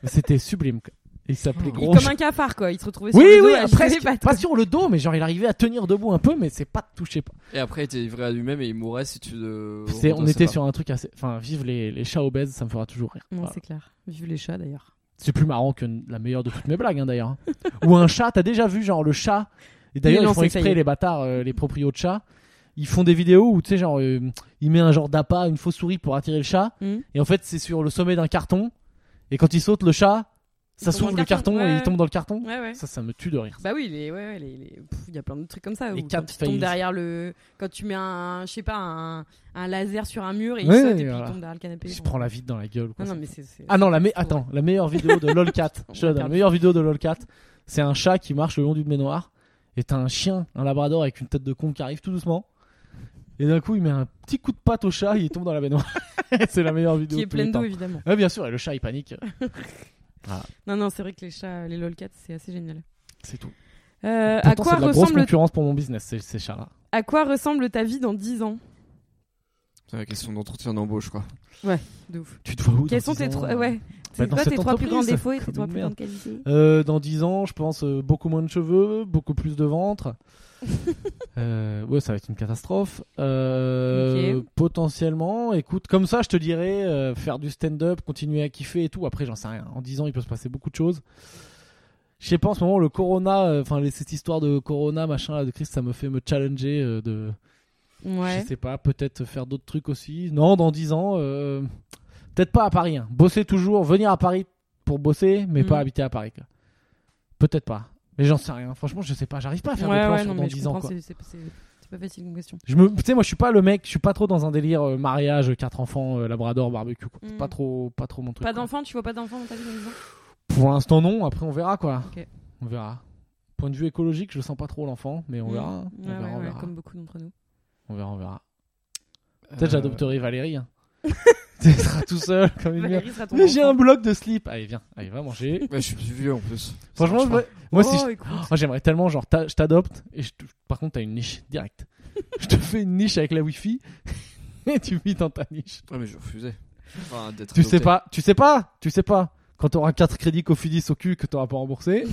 Speaker 1: C'était sublime. Quoi. Il s'appelait
Speaker 2: Il est
Speaker 1: gros.
Speaker 2: comme
Speaker 1: chat.
Speaker 2: un cafard quoi. Il se retrouvait sur
Speaker 1: Oui
Speaker 2: le dos
Speaker 1: oui,
Speaker 2: à acheter
Speaker 1: presque
Speaker 2: des pattes,
Speaker 1: pas
Speaker 2: quoi.
Speaker 1: sur le dos mais genre il arrivait à tenir debout un peu mais ses pattes touchaient pas.
Speaker 3: Et après il était livré à lui-même et il mourait si tu le.
Speaker 1: C'est- on
Speaker 3: redressais
Speaker 1: était
Speaker 3: pas.
Speaker 1: sur un truc assez enfin vive les, les chats obèses, ça me fera toujours rire.
Speaker 2: Non,
Speaker 1: Voilà.
Speaker 2: c'est clair. Vive les chats d'ailleurs.
Speaker 1: C'est plus marrant que la meilleure de toutes mes blagues hein, d'ailleurs. Ou un chat, t'as déjà vu genre le chat Et d'ailleurs
Speaker 2: Mais non,
Speaker 1: ils font
Speaker 2: c'est que ça y
Speaker 1: exprès
Speaker 2: est.
Speaker 1: les bâtards, euh, les proprios de chats. Ils font des vidéos où tu sais genre euh, il met un genre d'appât, une fausse souris pour attirer le chat.
Speaker 2: Mhm.
Speaker 1: Et en fait c'est sur le sommet d'un carton. Et quand il saute le chat, ça
Speaker 2: tombe dans
Speaker 1: s'ouvre
Speaker 2: le
Speaker 1: le carton,
Speaker 2: carton,
Speaker 1: et
Speaker 2: ouais.
Speaker 1: il tombe dans le carton.
Speaker 2: Ouais, ouais.
Speaker 1: Ça ça me tue de rire.
Speaker 2: Bah oui, les, ouais, ouais, les, les- pff, il y a plein de trucs comme ça.
Speaker 1: Les
Speaker 2: où
Speaker 1: quatre
Speaker 2: quand tu tombes
Speaker 1: fails.
Speaker 2: derrière le. Quand tu mets un, je sais pas, un, un laser sur un mur et il
Speaker 1: Ouais,
Speaker 2: saute et puis
Speaker 1: voilà.
Speaker 2: il tombe derrière le canapé.
Speaker 1: Je
Speaker 2: Bon.
Speaker 1: prends la vide dans la gueule. quoi.
Speaker 2: Non, non, mais c'est. c'est-
Speaker 1: Ah non, la me- attends, la meilleure vidéo de LOLCAT, je te la donne, la meilleure vidéo de LOLCAT, c'est un chat qui marche le long d'une baignoire et t'as un chien, un labrador avec une tête de con qui arrive tout doucement. Et d'un coup, il met un petit coup de patte au chat, il tombe dans la baignoire. c'est la meilleure vidéo
Speaker 2: Qui est
Speaker 1: de tous les
Speaker 2: pleine d'eau
Speaker 1: temps.
Speaker 2: évidemment.
Speaker 1: Ouais, bien sûr, et le chat il panique,
Speaker 2: Non, non, c'est vrai que les chats, euh, les lolcats, c'est assez génial.
Speaker 1: c'est tout.
Speaker 2: Euh, à,
Speaker 1: Pourtant,
Speaker 2: quoi
Speaker 1: c'est de la grosse
Speaker 2: ressemble,
Speaker 1: concurrence pour mon business, ces, ces chats-là.
Speaker 2: à quoi ressemble ta vie dans 10 ans
Speaker 3: C'est la question d'entretien d'embauche quoi.
Speaker 2: De ouf.
Speaker 1: Tu te vois où
Speaker 2: Quels
Speaker 1: dans
Speaker 2: sont
Speaker 1: 10
Speaker 2: tes
Speaker 1: ans,
Speaker 2: trois.
Speaker 1: euh
Speaker 2: Ouais. C'est
Speaker 1: dans
Speaker 2: quoi tes
Speaker 1: cette
Speaker 2: trois plus grands
Speaker 1: entreprise,
Speaker 2: défauts et tes
Speaker 1: comme
Speaker 2: trois plus
Speaker 1: merde.
Speaker 2: grandes qualités
Speaker 1: Euh, dans 10 ans, je pense euh, beaucoup moins de cheveux, beaucoup plus de ventre. Euh, ouais, ça va être une catastrophe. Euh,
Speaker 2: Ok.
Speaker 1: Potentiellement, écoute, comme ça, je te dirais euh, faire du stand-up, continuer à kiffer et tout. Après, j'en sais rien. En 10 ans, il peut se passer beaucoup de choses. Je sais pas, en ce moment, le corona, euh, enfin, les- cette histoire de corona, machin, là, de crise, ça me fait me challenger euh, de.
Speaker 2: Ouais.
Speaker 1: Je sais pas, peut-être faire d'autres trucs aussi. Non, dans 10 ans, euh, peut-être pas à Paris. hein. Bosser toujours, venir à Paris pour bosser, mais
Speaker 2: Mhm.
Speaker 1: pas habiter à Paris. quoi. Peut-être pas. Mais j'en sais rien. Franchement, je sais pas. J'arrive pas à faire des
Speaker 2: Ouais,
Speaker 1: plans
Speaker 2: ouais,
Speaker 1: sur
Speaker 2: non,
Speaker 1: dans
Speaker 2: mais je
Speaker 1: 10 ans.
Speaker 2: comprends.
Speaker 1: Quoi.
Speaker 2: C'est c'est- c'est- c'est pas facile comme question.
Speaker 1: Je me, tu sais, moi, je suis pas le mec. Je suis pas trop dans un délire euh, mariage, quatre enfants, euh, Labrador, barbecue. quoi. C'est
Speaker 2: Mhm.
Speaker 1: Pas trop, pas trop mon truc.
Speaker 2: Pas
Speaker 1: quoi.
Speaker 2: d'enfant, tu vois pas d'enfant dans ta vie dans 10 ans
Speaker 1: Pour l'instant, non. Après, on verra quoi.
Speaker 2: Ok.
Speaker 1: On verra. Point de vue écologique, je sens pas trop l'enfant, mais on
Speaker 2: Mhm.
Speaker 1: verra. hein. On
Speaker 2: Ouais,
Speaker 1: verra,
Speaker 2: ouais,
Speaker 1: on
Speaker 2: ouais,
Speaker 1: verra.
Speaker 2: comme beaucoup d'entre nous.
Speaker 1: On verra, on verra. Peut-être
Speaker 3: Euh,
Speaker 1: j'adopterai Valérie. hein. tu seras tout seul comme une merde.
Speaker 2: Valérie sera ton
Speaker 1: Mais j'ai un
Speaker 2: enfant.
Speaker 1: bloc de slip. Allez, viens, allez, va manger.
Speaker 3: Ouais, je suis plus vieux en plus. Ça
Speaker 1: Franchement,
Speaker 3: marche
Speaker 1: moi, moi, si
Speaker 2: Oh,
Speaker 1: je-
Speaker 2: écoute.
Speaker 1: moi, j'aimerais tellement, genre, t'a- je t'adopte et je te- par contre, t'as une niche directe. je te fais une niche avec la wifi et tu vis dans ta niche.
Speaker 3: pas. Ouais, Ah, mais je refusais. Enfin, d'être
Speaker 1: Tu sais
Speaker 3: adopté.
Speaker 1: pas, tu sais pas, tu sais pas. Quand t'auras 4 crédits Cofidis au cul que t'auras pas remboursé.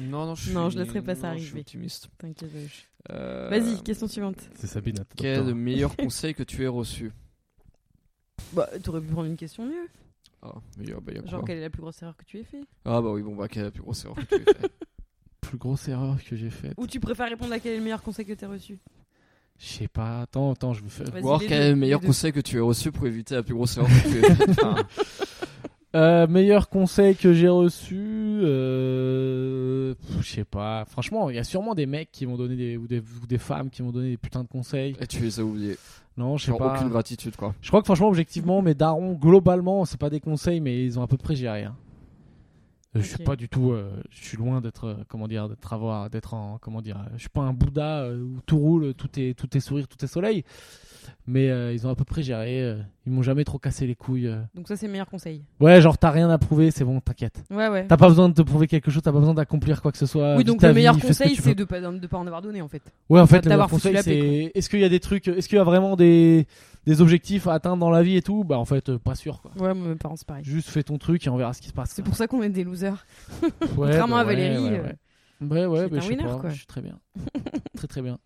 Speaker 3: Non, non, je suis.
Speaker 2: Non, je laisserai pas ça
Speaker 3: non, Je suis
Speaker 2: arriver.
Speaker 3: optimiste.
Speaker 2: T'inquiète. je-
Speaker 3: Euh,
Speaker 2: Vas-y, question suivante.
Speaker 1: C'est Sabine. la
Speaker 3: Quel est le
Speaker 1: t'adoptera.
Speaker 3: meilleur conseil que tu aies reçu
Speaker 2: Bah, t'aurais pu prendre une question mieux.
Speaker 3: Ah, meilleur, bah, y a
Speaker 2: Genre,
Speaker 3: quoi
Speaker 2: quelle est la plus grosse erreur que tu aies fait
Speaker 3: Ah, bah oui, bon, bah, quelle est la plus grosse erreur que tu aies faite
Speaker 1: Plus grosse erreur que j'ai faite.
Speaker 2: Ou tu préfères répondre à quel est le meilleur conseil que t'as reçu
Speaker 1: Je sais pas. Attends, attends, je vous fais.
Speaker 2: Vas-y,
Speaker 3: Ou alors,
Speaker 2: les
Speaker 3: quel
Speaker 2: deux,
Speaker 3: est le
Speaker 2: les
Speaker 3: meilleur
Speaker 2: deux.
Speaker 3: conseil que tu aies reçu pour éviter la plus grosse erreur que tu aies faite Enfin,
Speaker 1: Euh, meilleur conseil que j'ai reçu, euh... pff, je sais sais pas. Franchement, il y a sûrement des mecs qui vont donner des ou, des ou des femmes qui vont donner des putains de conseils.
Speaker 3: Et tu les as oubliés.
Speaker 1: Non, je sais
Speaker 3: Genre,
Speaker 1: pas.
Speaker 3: aucune gratitude, quoi.
Speaker 1: Je crois que franchement, objectivement, mes darons, globalement, c'est pas des conseils, mais ils ont à peu près géré. hein. Euh, Je suis
Speaker 2: Ok.
Speaker 1: pas du tout. euh, je suis loin d'être, euh, comment dire, d'être avoir, d'être en, comment dire. euh, Je suis pas un Bouddha euh, où tout roule, tout est, tout est sourire, tout est soleil. Mais euh, ils ont à peu près géré. euh, ils m'ont jamais trop cassé les couilles. euh.
Speaker 2: Donc ça, c'est le meilleur conseil.
Speaker 1: Ouais, genre t'as rien à prouver, c'est bon, t'inquiète.
Speaker 2: Ouais, ouais.
Speaker 1: T'as pas besoin de te prouver quelque chose, t'as pas besoin d'accomplir quoi que ce soit.
Speaker 2: Oui,
Speaker 1: Vis
Speaker 2: donc
Speaker 1: ta
Speaker 2: le
Speaker 1: vie,
Speaker 2: meilleur
Speaker 1: Ah, fais ce que
Speaker 2: conseil,
Speaker 1: tu
Speaker 2: c'est
Speaker 1: veux.
Speaker 2: de pas, de pas en avoir donné, en fait.
Speaker 1: Ouais, en fait, le
Speaker 2: D'avoir
Speaker 1: meilleur conseil,
Speaker 2: foutu la paix,
Speaker 1: c'est est-ce qu'il y a des trucs, est-ce qu'il y a vraiment des, des objectifs à atteindre dans la vie et tout Bah, en fait, euh, pas sûr, quoi.
Speaker 2: Ouais, mes parents, c'est pareil.
Speaker 1: Juste fais ton truc et on verra ce qui se passe.
Speaker 2: C'est pour ça qu'on est des losers.
Speaker 1: Ouais,
Speaker 2: contrairement à
Speaker 1: ouais,
Speaker 2: Valérie,
Speaker 1: Ouais,
Speaker 2: euh,
Speaker 1: ouais. Ouais, ouais,
Speaker 2: qui est
Speaker 1: bah,
Speaker 2: un
Speaker 1: je sais
Speaker 2: winner,
Speaker 1: pas,
Speaker 2: quoi.
Speaker 1: je suis très bien. très très bien.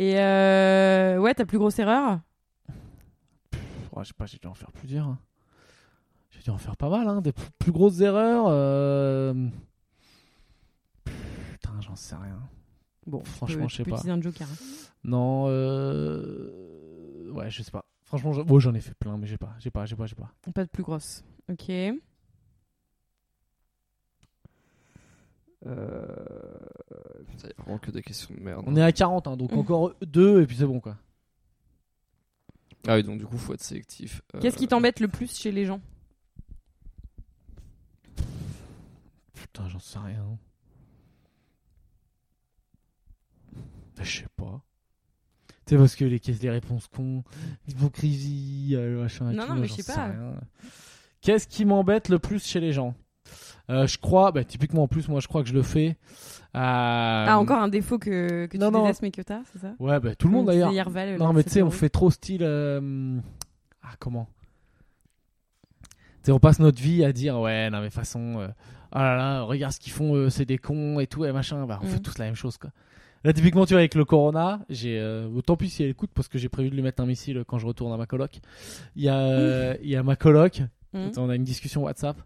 Speaker 2: Et euh, ouais, ta plus grosse erreur
Speaker 1: Ouais, je sais pas, j'ai dû en faire plusieurs. hein. J'ai dû en faire pas mal, hein. Des plus, plus grosses erreurs. euh, Putain, j'en sais rien.
Speaker 2: Bon, tu
Speaker 1: Franchement,
Speaker 2: peux-
Speaker 1: je
Speaker 2: tu
Speaker 1: sais
Speaker 2: peux
Speaker 1: pas.
Speaker 2: utiliser un joker. hein.
Speaker 1: Non, euh... ouais, je sais pas. Franchement, je- oh, j'en ai fait plein, mais j'ai pas, j'ai pas, j'ai pas, j'ai pas.
Speaker 2: Pas de plus grosse. Ok.
Speaker 1: Euh,
Speaker 3: Putain, y a vraiment que des questions de merde.
Speaker 1: On est à 40, hein, donc encore deux et puis c'est bon quoi.
Speaker 3: Ah oui, donc du coup, faut être sélectif. Euh,
Speaker 2: Qu'est-ce qui t'embête le plus chez les gens
Speaker 1: Putain, j'en sais rien. Je sais pas. Tu sais, parce que les, caisses- les réponses cons, l'hypocrisie, euh, le machin et
Speaker 2: Non,
Speaker 1: tout,
Speaker 2: non,
Speaker 1: moi,
Speaker 2: mais
Speaker 1: j'en
Speaker 2: je sais pas.
Speaker 1: rien. Qu'est-ce qui m'embête le plus chez les gens Euh, Je crois, bah, typiquement en plus, moi je crois que je le fais. Euh,
Speaker 2: Ah, encore un défaut que, que
Speaker 1: non,
Speaker 2: tu
Speaker 1: non.
Speaker 2: détestes mais que t'as, c'est ça Mmh,
Speaker 1: Ouais, bah, tout le monde d'ailleurs. Non, mais tu sais, on fait trop style. euh, Ah, comment Tu sais, on passe notre vie à dire, ouais, non, mais de toute façon, euh, ah là là, regarde ce qu'ils font, euh, c'est des cons et tout, et machin. Bah, on
Speaker 2: Mhm.
Speaker 1: fait tous la même chose, quoi. Là, typiquement, tu vois, avec le Corona, j'ai. euh, Tant pis si elle écoute, parce que j'ai prévu de lui mettre un missile quand je retourne à ma coloc. Il y a,
Speaker 2: Mm.
Speaker 1: euh, il y a ma coloc,
Speaker 2: Mhm.
Speaker 1: on a une discussion WhatsApp,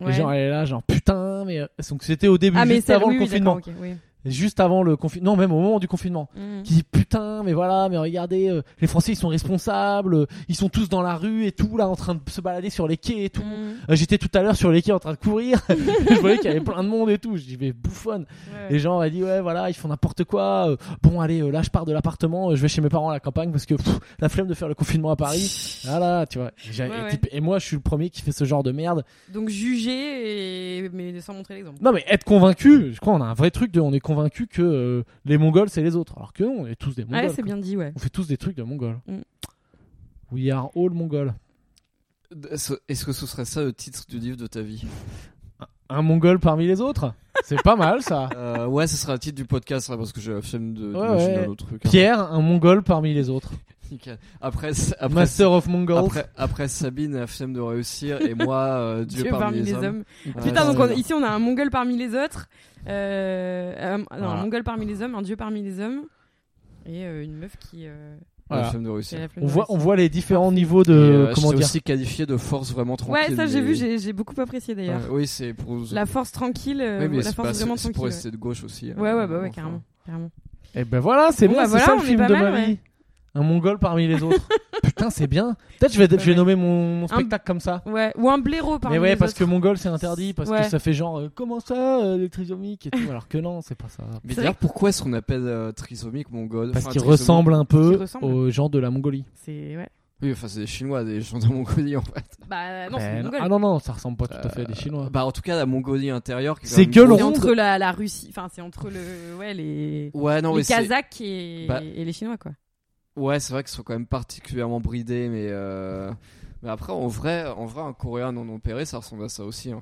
Speaker 2: Ouais.
Speaker 1: et genre, elle est là, genre, putain, mais. euh, Donc, c'était au début,
Speaker 2: Ah, mais
Speaker 1: juste
Speaker 2: c'est
Speaker 1: avant
Speaker 2: oui,
Speaker 1: le
Speaker 2: oui,
Speaker 1: confinement.
Speaker 2: d'accord, ok, oui.
Speaker 1: Juste avant le confinement. Non, même au moment du confinement
Speaker 2: Mhm.
Speaker 1: qui dit putain mais voilà mais regardez euh, les Français ils sont responsables euh, ils sont tous dans la rue et tout là en train de se balader sur les quais et tout
Speaker 2: Mhm.
Speaker 1: Euh, j'étais tout à l'heure sur les quais en train de courir je voyais qu'il y avait plein de monde et tout je dis mais bouffonne
Speaker 2: Mmh, Ouais.
Speaker 1: les gens elle dit ouais voilà ils font n'importe quoi Euh, bon allez euh, là je pars de l'appartement euh, je vais chez mes parents à la campagne parce que pff, la flemme de faire le confinement à Paris voilà tu vois J'ai-
Speaker 2: Ouais,
Speaker 1: et,
Speaker 2: ouais.
Speaker 1: type- et moi je suis le premier qui fait ce genre de merde
Speaker 2: Donc juger, et... mais sans montrer l'exemple.
Speaker 1: non mais être convaincu je crois on a un vrai truc de on est convaincu que euh, les Mongols c'est les autres alors que non on est tous des Mongols
Speaker 2: Ouais, c'est bien dit, ouais.
Speaker 1: On fait tous des trucs de mongol.
Speaker 2: Mm.
Speaker 1: We are all mongol.
Speaker 3: Est-ce est-ce que ce serait ça le titre du livre de ta vie
Speaker 1: Un mongol parmi les autres C'est pas mal ça.
Speaker 3: Euh, Ouais, ce sera le titre du podcast, là, parce que j'ai la flemme de-
Speaker 1: Ouais,
Speaker 3: d'imaginer
Speaker 1: ouais.
Speaker 3: un autre truc. hein.
Speaker 1: Pierre, un mongol parmi les autres.
Speaker 3: Nickel. Après, c- après,
Speaker 1: Master of Mongols.
Speaker 3: après, après Sabine a la flemme de réussir, et moi, euh, Dieu, parmi, les hommes. Ouais,
Speaker 2: Putain,
Speaker 3: c'est-
Speaker 2: donc on- ici on a un mongol parmi les autres, euh, un, non,
Speaker 1: Voilà.
Speaker 2: un mongol parmi les hommes, un dieu parmi les hommes, et euh, une meuf qui, euh,
Speaker 1: Voilà.
Speaker 3: La flemme de
Speaker 2: qui
Speaker 3: réussir.
Speaker 2: a la flemme
Speaker 1: On
Speaker 2: de
Speaker 1: voit, on
Speaker 2: réussir.
Speaker 1: voit les différents niveaux de.
Speaker 3: Et, euh,
Speaker 1: comment
Speaker 3: j'étais
Speaker 1: dire
Speaker 3: aussi qualifié de force vraiment tranquille.
Speaker 2: Ouais, ça j'ai
Speaker 3: mais-
Speaker 2: vu, j'ai j'ai beaucoup apprécié d'ailleurs.
Speaker 3: Ouais, oui, c'est pour.
Speaker 2: La force tranquille, euh,
Speaker 3: Oui, mais
Speaker 2: la
Speaker 3: c'est pas-
Speaker 2: force
Speaker 3: c'est-
Speaker 2: vraiment
Speaker 3: c'est
Speaker 2: tranquille.
Speaker 3: pour
Speaker 2: Ouais,
Speaker 3: rester de gauche aussi. hein,
Speaker 2: ouais, ouais, bah ouais,
Speaker 3: enfin.
Speaker 2: carrément. carrément.
Speaker 1: Et ben voilà, c'est
Speaker 2: Bon,
Speaker 1: bien,
Speaker 2: bah
Speaker 1: c'est
Speaker 2: voilà,
Speaker 1: ça
Speaker 2: on
Speaker 1: le
Speaker 2: est
Speaker 1: film
Speaker 2: pas
Speaker 1: de
Speaker 2: mal,
Speaker 1: ma
Speaker 2: ouais.
Speaker 1: vie. Un mongol parmi les autres. Putain, c'est bien. Peut-être je vais, je vais
Speaker 2: Ouais.
Speaker 1: nommer mon, mon
Speaker 2: Un-
Speaker 1: spectacle comme ça.
Speaker 2: Ouais, ou un blaireau parmi
Speaker 1: Mais ouais,
Speaker 2: les
Speaker 1: parce que
Speaker 2: autres.
Speaker 1: mongol c'est interdit, parce que
Speaker 2: Ouais.
Speaker 1: ça fait genre euh, comment ça, euh, les trisomiques et tout. Alors que non, c'est pas ça.
Speaker 3: Mais
Speaker 2: C'est
Speaker 3: d'ailleurs, pourquoi est-ce qu'on appelle euh, trisomique mongol
Speaker 1: Parce
Speaker 3: Enfin,
Speaker 1: qu'ils
Speaker 3: trisomique-
Speaker 1: ressemblent un
Speaker 2: Ils
Speaker 1: peu
Speaker 2: ressemblent.
Speaker 1: aux gens de la Mongolie.
Speaker 2: C'est ouais.
Speaker 3: Oui, enfin, c'est des Chinois, des gens de Mongolie en fait.
Speaker 2: Bah non,
Speaker 1: Ben
Speaker 2: c'est
Speaker 1: non.
Speaker 2: mongol.
Speaker 1: ah non, non, ça ressemble pas tout à fait à des
Speaker 3: Euh,
Speaker 1: Chinois.
Speaker 3: Bah, en tout cas, la Mongolie intérieure. qui est
Speaker 1: C'est
Speaker 3: quand même-
Speaker 2: C'est
Speaker 1: Ronde.
Speaker 2: entre la, la Russie, enfin c'est entre le ouais les,
Speaker 3: Ouais, non, mais
Speaker 2: les
Speaker 3: c'est.
Speaker 2: Kazakhs et,
Speaker 3: Bah-
Speaker 2: et les Chinois quoi.
Speaker 3: Ouais, c'est vrai qu'ils sont quand même particulièrement bridés, mais. euh, Mais après, en vrai, en vrai, un Coréen non opéré, ça ressemble à ça aussi. hein.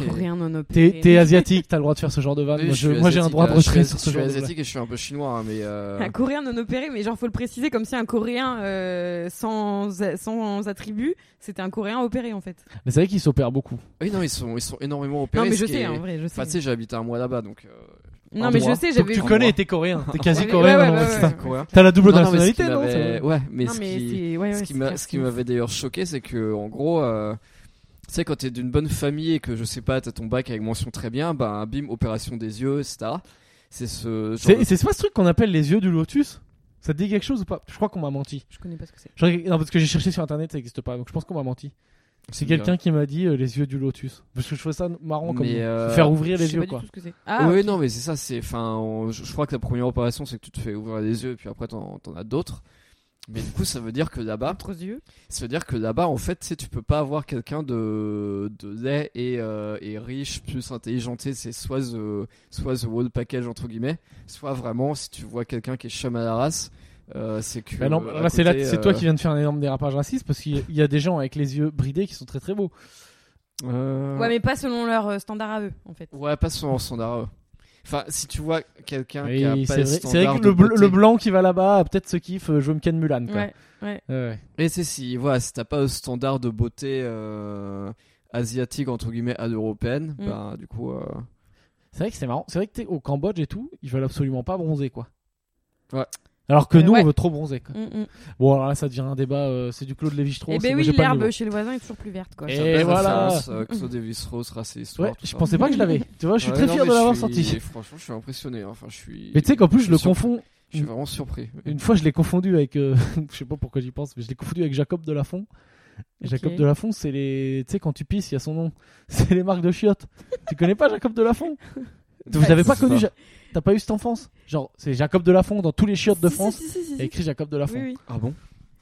Speaker 3: Et-
Speaker 2: Coréen non
Speaker 1: T'es
Speaker 2: opéré.
Speaker 1: t'es asiatique, t'as le droit de faire ce genre de vanne.
Speaker 3: Oui,
Speaker 1: moi,
Speaker 3: je
Speaker 1: je-
Speaker 3: suis
Speaker 1: moi, j'ai un
Speaker 3: asiatique,
Speaker 1: droit de
Speaker 3: euh, je suis
Speaker 1: retrait
Speaker 3: asi-
Speaker 1: sur ce
Speaker 3: Je suis
Speaker 1: genre de
Speaker 3: asiatique et je suis un peu chinois, hein, mais. euh,
Speaker 2: Un coréen non opéré, mais genre faut le préciser comme si un coréen euh, sans, sans attribut, c'était un coréen opéré en fait.
Speaker 1: Mais c'est vrai qu'ils s'opèrent beaucoup.
Speaker 3: Oui, non, ils sont, ils sont énormément
Speaker 2: Non
Speaker 3: opérés.
Speaker 2: mais
Speaker 3: ce
Speaker 2: je
Speaker 3: qui
Speaker 2: sais,
Speaker 3: est-
Speaker 2: hein, en vrai, je sais.
Speaker 3: Enfin, tu sais, j'ai habité un mois là-bas, donc. euh,
Speaker 2: non mais je
Speaker 3: endroit.
Speaker 2: sais,
Speaker 1: Ah, hein. Donc,
Speaker 2: j'avais.
Speaker 1: tu
Speaker 3: En
Speaker 1: connais,
Speaker 3: moi.
Speaker 1: t'es coréen. T'es quasi
Speaker 2: Ouais,
Speaker 1: coréen.
Speaker 2: ouais,
Speaker 1: non,
Speaker 2: ouais,
Speaker 1: c'est
Speaker 2: ouais.
Speaker 1: ça.
Speaker 3: coréen.
Speaker 1: T'as la double
Speaker 3: Non, non, mais ce qui
Speaker 1: nationalité, non, c'est
Speaker 3: m'avait-
Speaker 1: vrai
Speaker 3: Ouais, mais,
Speaker 2: Non
Speaker 3: ce
Speaker 2: mais
Speaker 3: qui,
Speaker 2: c'est ouais, ouais,
Speaker 3: ce qui
Speaker 2: c'est
Speaker 3: m'a-
Speaker 2: clair,
Speaker 3: ce qui
Speaker 2: c'est-
Speaker 3: m'avait d'ailleurs choqué, c'est que, en gros, euh, tu sais, quand t'es d'une bonne famille et que, je sais pas, t'as ton bac avec mention très bien, bah, bim, opération des yeux, etc. C'est ce. genre
Speaker 1: C'est
Speaker 3: de-
Speaker 1: c'est pas ce truc qu'on appelle les yeux du lotus Ça te dit quelque chose ou pas Je crois qu'on m'a menti.
Speaker 2: Je connais pas ce que c'est.
Speaker 1: Je- Non, parce que j'ai cherché sur internet, ça n'existe pas. Donc je pense qu'on m'a menti. C'est quelqu'un qui m'a dit euh, les yeux du lotus. Parce que je trouvais ça marrant comme
Speaker 3: Mais, euh,
Speaker 1: faire ouvrir
Speaker 2: Je
Speaker 1: les
Speaker 2: sais
Speaker 1: yeux
Speaker 2: pas
Speaker 1: quoi.
Speaker 2: du tout ce que c'est. Ah,
Speaker 3: oui, non, mais c'est ça. C'est, enfin, on- je, je crois que la première opération, c'est que tu te fais ouvrir les yeux, et puis après, t'en, t'en as d'autres. Mais du coup, ça veut dire que là-bas,
Speaker 2: entre yeux.
Speaker 3: ça veut dire que là-bas, en fait, tu sais, tu peux pas avoir quelqu'un de, de laid et, euh, et riche, plus intelligenté. C'est soit the, soit the whole package entre guillemets, soit vraiment si tu vois quelqu'un qui est chum à la race, euh, c'est que.
Speaker 1: Bah non,
Speaker 3: euh, à
Speaker 1: là, c'est là-
Speaker 3: côté,
Speaker 1: c'est toi
Speaker 3: euh,
Speaker 1: qui viens de faire un énorme dérapage raciste parce qu'il y a- il y a des gens avec les yeux bridés qui sont très très beaux.
Speaker 3: euh,
Speaker 2: Ouais, mais pas selon leur euh, standard à eux, en fait.
Speaker 3: Ouais, pas selon son arbre. Enfin, si tu vois quelqu'un qui
Speaker 1: Oui,
Speaker 3: a pas
Speaker 1: c'est
Speaker 3: le
Speaker 1: vrai, c'est
Speaker 3: standard
Speaker 1: vrai que le,
Speaker 3: de
Speaker 1: bl-
Speaker 3: beauté-
Speaker 1: le blanc qui va là-bas a peut-être ce kiff, euh, je veux me ken Mulan. Quoi.
Speaker 2: Ouais.
Speaker 1: Ouais, ouais.
Speaker 3: Mais c'est si, voilà, si t'as pas le standard de beauté euh, asiatique entre guillemets à l'européenne,
Speaker 2: Mm.
Speaker 3: bah du coup, euh,
Speaker 1: C'est vrai que c'est marrant. C'est vrai que t'es au Cambodge et tout, ils veulent absolument pas bronzer quoi.
Speaker 3: Ouais.
Speaker 1: Alors que
Speaker 2: Euh,
Speaker 1: nous,
Speaker 2: ouais.
Speaker 1: on veut trop bronzer quoi.
Speaker 2: Mm, mm.
Speaker 1: Bon, alors là, ça devient un débat. euh, c'est du Claude Lévi-Strauss.
Speaker 2: Eh ben
Speaker 1: moi,
Speaker 2: oui,
Speaker 1: j'ai pas le
Speaker 2: l'herbe
Speaker 1: niveau.
Speaker 2: chez le voisin est toujours plus verte, quoi.
Speaker 1: Et
Speaker 3: ça fait
Speaker 1: voilà.
Speaker 3: référence, euh, Claude
Speaker 2: Mm.
Speaker 3: Davis Rose, race et histoire.
Speaker 1: Ouais,
Speaker 3: tout
Speaker 1: je
Speaker 3: ça.
Speaker 1: pensais pas que je l'avais. Tu vois, je suis
Speaker 3: Ouais,
Speaker 1: très
Speaker 3: non,
Speaker 1: fier
Speaker 3: mais
Speaker 1: de
Speaker 3: je
Speaker 1: l'avoir
Speaker 3: suis-
Speaker 1: sorti.
Speaker 3: Franchement, je suis impressionné. hein. Enfin, je suis.
Speaker 1: Mais tu sais qu'en plus, je le
Speaker 3: suis surpris.
Speaker 1: confonds.
Speaker 3: Je suis vraiment surpris.
Speaker 1: Une fois, je l'ai confondu avec. euh, je sais pas pourquoi j'y pense, mais je l'ai confondu avec Jacob Delafont. Et Jacob
Speaker 2: Ok.
Speaker 1: Delafont, c'est les. Tu sais, quand tu pisses, il y a son nom. C'est les marques de chiottes. tu connais pas Jacob Delafont Vous
Speaker 3: Ouais,
Speaker 1: l'avez pas
Speaker 3: c'est
Speaker 1: connu
Speaker 3: ça.
Speaker 1: Ja- T'as pas eu cette enfance Genre, c'est Jacob Delafont dans tous les chiottes de
Speaker 2: Si, si,
Speaker 1: France.
Speaker 2: si, si, si,
Speaker 1: Il y
Speaker 2: si.
Speaker 1: a écrit Jacob Delafont.
Speaker 2: Oui, oui.
Speaker 3: Ah bon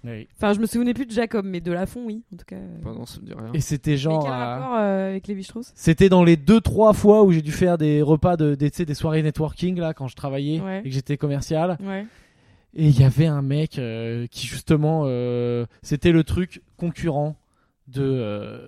Speaker 1: Oui.
Speaker 2: Enfin, je me souvenais plus de Jacob, mais de Lafont, oui, en tout cas. euh.
Speaker 3: Bah non, ça me dit rien.
Speaker 1: Ah Et c'était
Speaker 2: Et
Speaker 1: genre.
Speaker 2: quel
Speaker 1: à-
Speaker 2: rapport euh, avec les strauss
Speaker 1: C'était dans les deux trois fois où j'ai dû faire des repas de des, tu sais, des soirées networking là quand je travaillais
Speaker 2: Ouais.
Speaker 1: et que j'étais commercial
Speaker 2: Ouais.
Speaker 1: et il y avait un mec euh, qui justement euh, c'était le truc concurrent de euh,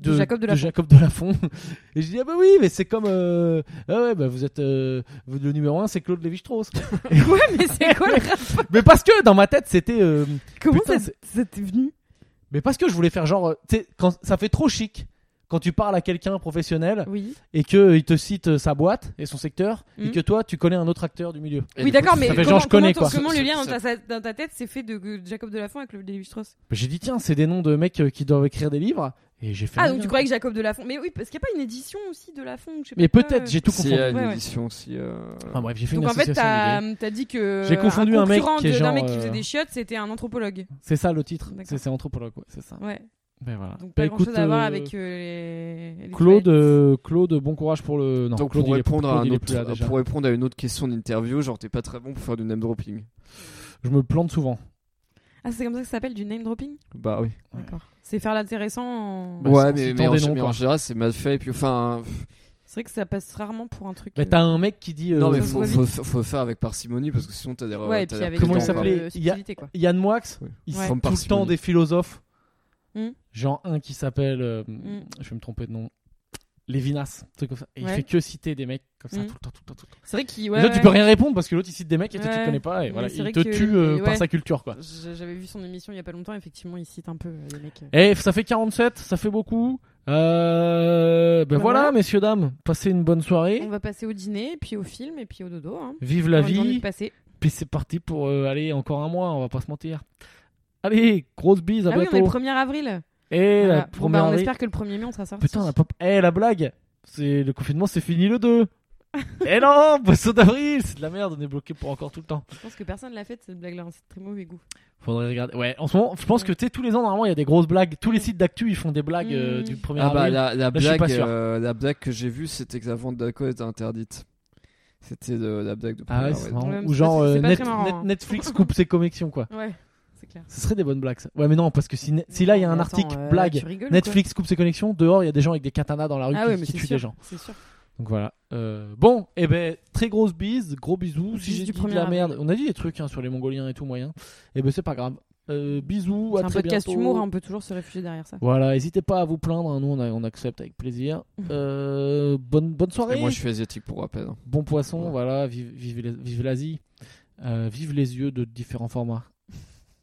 Speaker 2: De Jacob Delafont.
Speaker 1: Jacob Delafont. Et je dis, ah bah oui, mais c'est comme. euh, Ah ouais, bah vous êtes. euh, vous- le numéro un, c'est Claude Lévi-Strauss.
Speaker 2: ouais, mais c'est quoi le rapport
Speaker 1: mais parce que dans ma tête, c'était. euh,
Speaker 2: Comment
Speaker 1: Putain,
Speaker 2: ça
Speaker 1: c'est-
Speaker 2: ça t'est venu
Speaker 1: mais parce que je voulais faire genre. euh, Tu sais, quand- ça fait trop chic quand tu parles à quelqu'un professionnel
Speaker 2: Oui.
Speaker 1: et que euh, il te cite euh, sa boîte et son secteur et
Speaker 2: Mhm.
Speaker 1: que toi, tu connais un autre acteur du milieu.
Speaker 3: Et
Speaker 2: oui,
Speaker 3: du coup,
Speaker 2: d'accord,
Speaker 3: tu
Speaker 2: mais
Speaker 1: Ça
Speaker 3: fais-
Speaker 1: fait
Speaker 2: comment,
Speaker 1: genre, je connais,
Speaker 2: comment ton-
Speaker 1: quoi.
Speaker 2: comment le lien dans
Speaker 3: Ça-
Speaker 2: ta, sa- dans ta tête s'est fait de, de Jacob Delafont avec le Lévi Strauss
Speaker 1: Mais J'ai dit, tiens, c'est des noms de mecs euh, qui doivent écrire des livres. Et j'ai fait.
Speaker 2: Ah,
Speaker 1: le
Speaker 2: donc
Speaker 1: lien.
Speaker 2: tu croyais que Jacob Delafont. Mais oui, parce qu'il n'y a pas une édition aussi de Lafont. je sais
Speaker 1: Mais
Speaker 2: pas quoi,
Speaker 1: peut-être,
Speaker 2: euh.
Speaker 1: j'ai tout Ah,
Speaker 3: Si
Speaker 1: confondu.
Speaker 3: il y a une
Speaker 2: Ouais, ouais.
Speaker 3: édition, si. euh,
Speaker 1: Enfin bref, j'ai fait
Speaker 2: Donc
Speaker 1: une
Speaker 2: en fait,
Speaker 1: association
Speaker 2: t'as
Speaker 1: d'idées.
Speaker 2: t'as dit que.
Speaker 1: J'ai confondu un mec
Speaker 2: concurrent
Speaker 1: qui est
Speaker 2: de- d'un
Speaker 1: genre,
Speaker 2: mec qui faisait
Speaker 1: euh,
Speaker 2: des chiottes, c'était un anthropologue.
Speaker 1: C'est ça le titre.
Speaker 2: D'accord.
Speaker 1: C'est c'est anthropologue, ouais, c'est ça.
Speaker 2: Ouais.
Speaker 1: Ben voilà.
Speaker 2: Donc
Speaker 1: Ben
Speaker 2: pas grand chose
Speaker 1: écoute,
Speaker 2: à voir
Speaker 1: euh,
Speaker 2: avec euh, les. les
Speaker 1: Claude,
Speaker 2: toilettes.
Speaker 1: euh, Claude, bon courage pour le. Non,
Speaker 3: Donc
Speaker 1: Claude,
Speaker 3: pour
Speaker 1: il est-
Speaker 3: répondre à
Speaker 1: Claude,
Speaker 3: un
Speaker 1: il est
Speaker 3: autre,
Speaker 1: plus là, déjà.
Speaker 3: pour répondre à une autre question d'interview, genre t'es pas très bon pour faire du name dropping.
Speaker 1: Je me plante souvent.
Speaker 2: Ah, c'est comme ça que ça s'appelle du name dropping
Speaker 3: Bah oui.
Speaker 2: D'accord. C'est faire l'intéressant.
Speaker 1: Bah,
Speaker 2: en-
Speaker 1: c'est-
Speaker 3: ouais,
Speaker 1: c'est
Speaker 3: mais,
Speaker 1: tant
Speaker 3: mais en,
Speaker 1: des noms,
Speaker 3: mais en
Speaker 1: quoi.
Speaker 3: général, c'est mal fait. Et puis, enfin, pff,
Speaker 2: C'est vrai que ça passe rarement pour un truc.
Speaker 1: Bah,
Speaker 2: euh,
Speaker 1: t'as un mec qui dit. euh,
Speaker 3: non, mais
Speaker 2: ça se
Speaker 3: faut,
Speaker 2: voit
Speaker 3: faut, faut, faire avec parcimonie parce que sinon, t'as des.
Speaker 2: Ouais, et
Speaker 3: t'as
Speaker 2: puis
Speaker 3: des
Speaker 2: avec.
Speaker 1: Comment il
Speaker 2: euh,
Speaker 1: s'appelait
Speaker 2: euh,
Speaker 1: Il y a-
Speaker 2: subtilité, quoi.
Speaker 1: Yann Moix, il
Speaker 2: Ouais.
Speaker 1: cite tout le
Speaker 3: Parcimonie.
Speaker 1: temps des philosophes.
Speaker 2: Hmm.
Speaker 1: Genre un qui s'appelle. euh, Je vais me tromper de nom. Lévinas, un truc comme ça. Et il
Speaker 2: Ouais.
Speaker 1: fait que citer des mecs comme ça
Speaker 2: Hmm.
Speaker 1: tout le temps, tout le temps, tout le temps.
Speaker 2: C'est vrai qu'il.
Speaker 1: Et
Speaker 2: Ouais,
Speaker 1: là,
Speaker 2: ouais.
Speaker 1: tu peux rien répondre parce que l'autre il cite des mecs et toi tu
Speaker 2: Ouais.
Speaker 1: connais pas et voilà,
Speaker 2: Mais c'est
Speaker 1: il
Speaker 2: vrai
Speaker 1: te
Speaker 2: que-
Speaker 1: tue euh, par
Speaker 2: ouais.
Speaker 1: sa culture quoi.
Speaker 2: J- J'avais vu son émission il y a pas longtemps, effectivement, il cite un peu euh, les mecs. euh.
Speaker 1: Eh, ça fait 47, ça fait beaucoup. Euh, ben
Speaker 2: Bah
Speaker 1: voilà,
Speaker 2: voilà.
Speaker 1: messieurs, dames, passez une bonne
Speaker 2: On
Speaker 1: soirée.
Speaker 2: va passer au dîner, puis au film, et puis au dodo. Hein.
Speaker 1: Vive la
Speaker 2: Bonne journée
Speaker 1: vie.
Speaker 2: de passer.
Speaker 1: Puis c'est parti pour euh, aller encore un mois, on va pas se mentir. Allez, grosse bise, à
Speaker 2: Ah oui, on est le
Speaker 1: bientôt.
Speaker 2: 1er avril.
Speaker 1: Et
Speaker 2: Voilà.
Speaker 1: la
Speaker 2: Bon, bah,
Speaker 1: première
Speaker 2: on
Speaker 1: année-
Speaker 2: espère que le 1er mai, on sera sorti.
Speaker 1: Putain, la pop. Eh, la blague. C'est le confinement, c'est fini le 2. Eh non, poisson d'avril, c'est de la merde, on est bloqué pour encore tout le temps.
Speaker 2: Je pense que personne l'a fait cette blague-là, hein, c'est de très mauvais goût.
Speaker 1: Faudrait regarder. Ouais, en ce moment, je pense que tu sais, tous les ans, normalement, il y a des grosses blagues. Tous les sites d'actu, ils font des blagues euh,
Speaker 2: Mm.
Speaker 1: du 1er
Speaker 3: Ah bah,
Speaker 1: avril.
Speaker 3: la, la
Speaker 1: je suis pas
Speaker 3: blague,
Speaker 1: sûr.
Speaker 3: euh, la blague que j'ai vue, c'était que la vente d'alcool était interdite. C'était de- la blague de
Speaker 1: Ah ouais,
Speaker 3: Polar,
Speaker 1: c'est
Speaker 3: ouais.
Speaker 1: marrant.
Speaker 2: Ouais, mais
Speaker 1: Ou
Speaker 2: c'est
Speaker 1: genre,
Speaker 2: pas- c'est
Speaker 1: euh,
Speaker 2: pas
Speaker 1: Net-
Speaker 2: très marrant,
Speaker 1: Net-
Speaker 2: hein.
Speaker 1: Netflix coupe ses connexions, quoi.
Speaker 2: Ouais, c'est clair.
Speaker 1: Ce serait des bonnes blagues. ça. Ouais, mais non, parce que si, ne- si là il y a un
Speaker 2: Mais attends,
Speaker 1: article
Speaker 2: euh,
Speaker 1: blague,
Speaker 2: tu rigoles ou quoi
Speaker 1: Netflix coupe ses connexions, dehors il y a des gens avec des katanas dans la rue
Speaker 2: Ah
Speaker 1: qui,
Speaker 2: ouais, mais
Speaker 1: qui
Speaker 2: c'est
Speaker 1: tuent
Speaker 2: sûr,
Speaker 1: des gens.
Speaker 2: C'est sûr.
Speaker 1: Donc voilà. Euh, bon, et ben très grosse bise, gros bisous. Si
Speaker 2: Bise
Speaker 1: j'ai
Speaker 2: du
Speaker 1: dit de
Speaker 2: premier
Speaker 1: la
Speaker 2: avril.
Speaker 1: merde, on a dit des trucs hein, sur les Mongoliens et tout moyen. Et ben c'est pas grave. Euh, bisous, à
Speaker 2: C'est un
Speaker 1: très
Speaker 2: podcast
Speaker 1: bientôt.
Speaker 2: humour, hein. on peut toujours se réfugier derrière ça.
Speaker 1: Voilà, n'hésitez pas à vous plaindre, hein, nous on, a- on accepte avec plaisir. Euh, bonne bonne soirée,
Speaker 3: Et moi, je suis asiatique pour rappel. hein.
Speaker 1: bon poisson,
Speaker 3: Ouais.
Speaker 1: voilà, vive, vive les- vive l'Asie, Euh, vive les yeux de différents formats.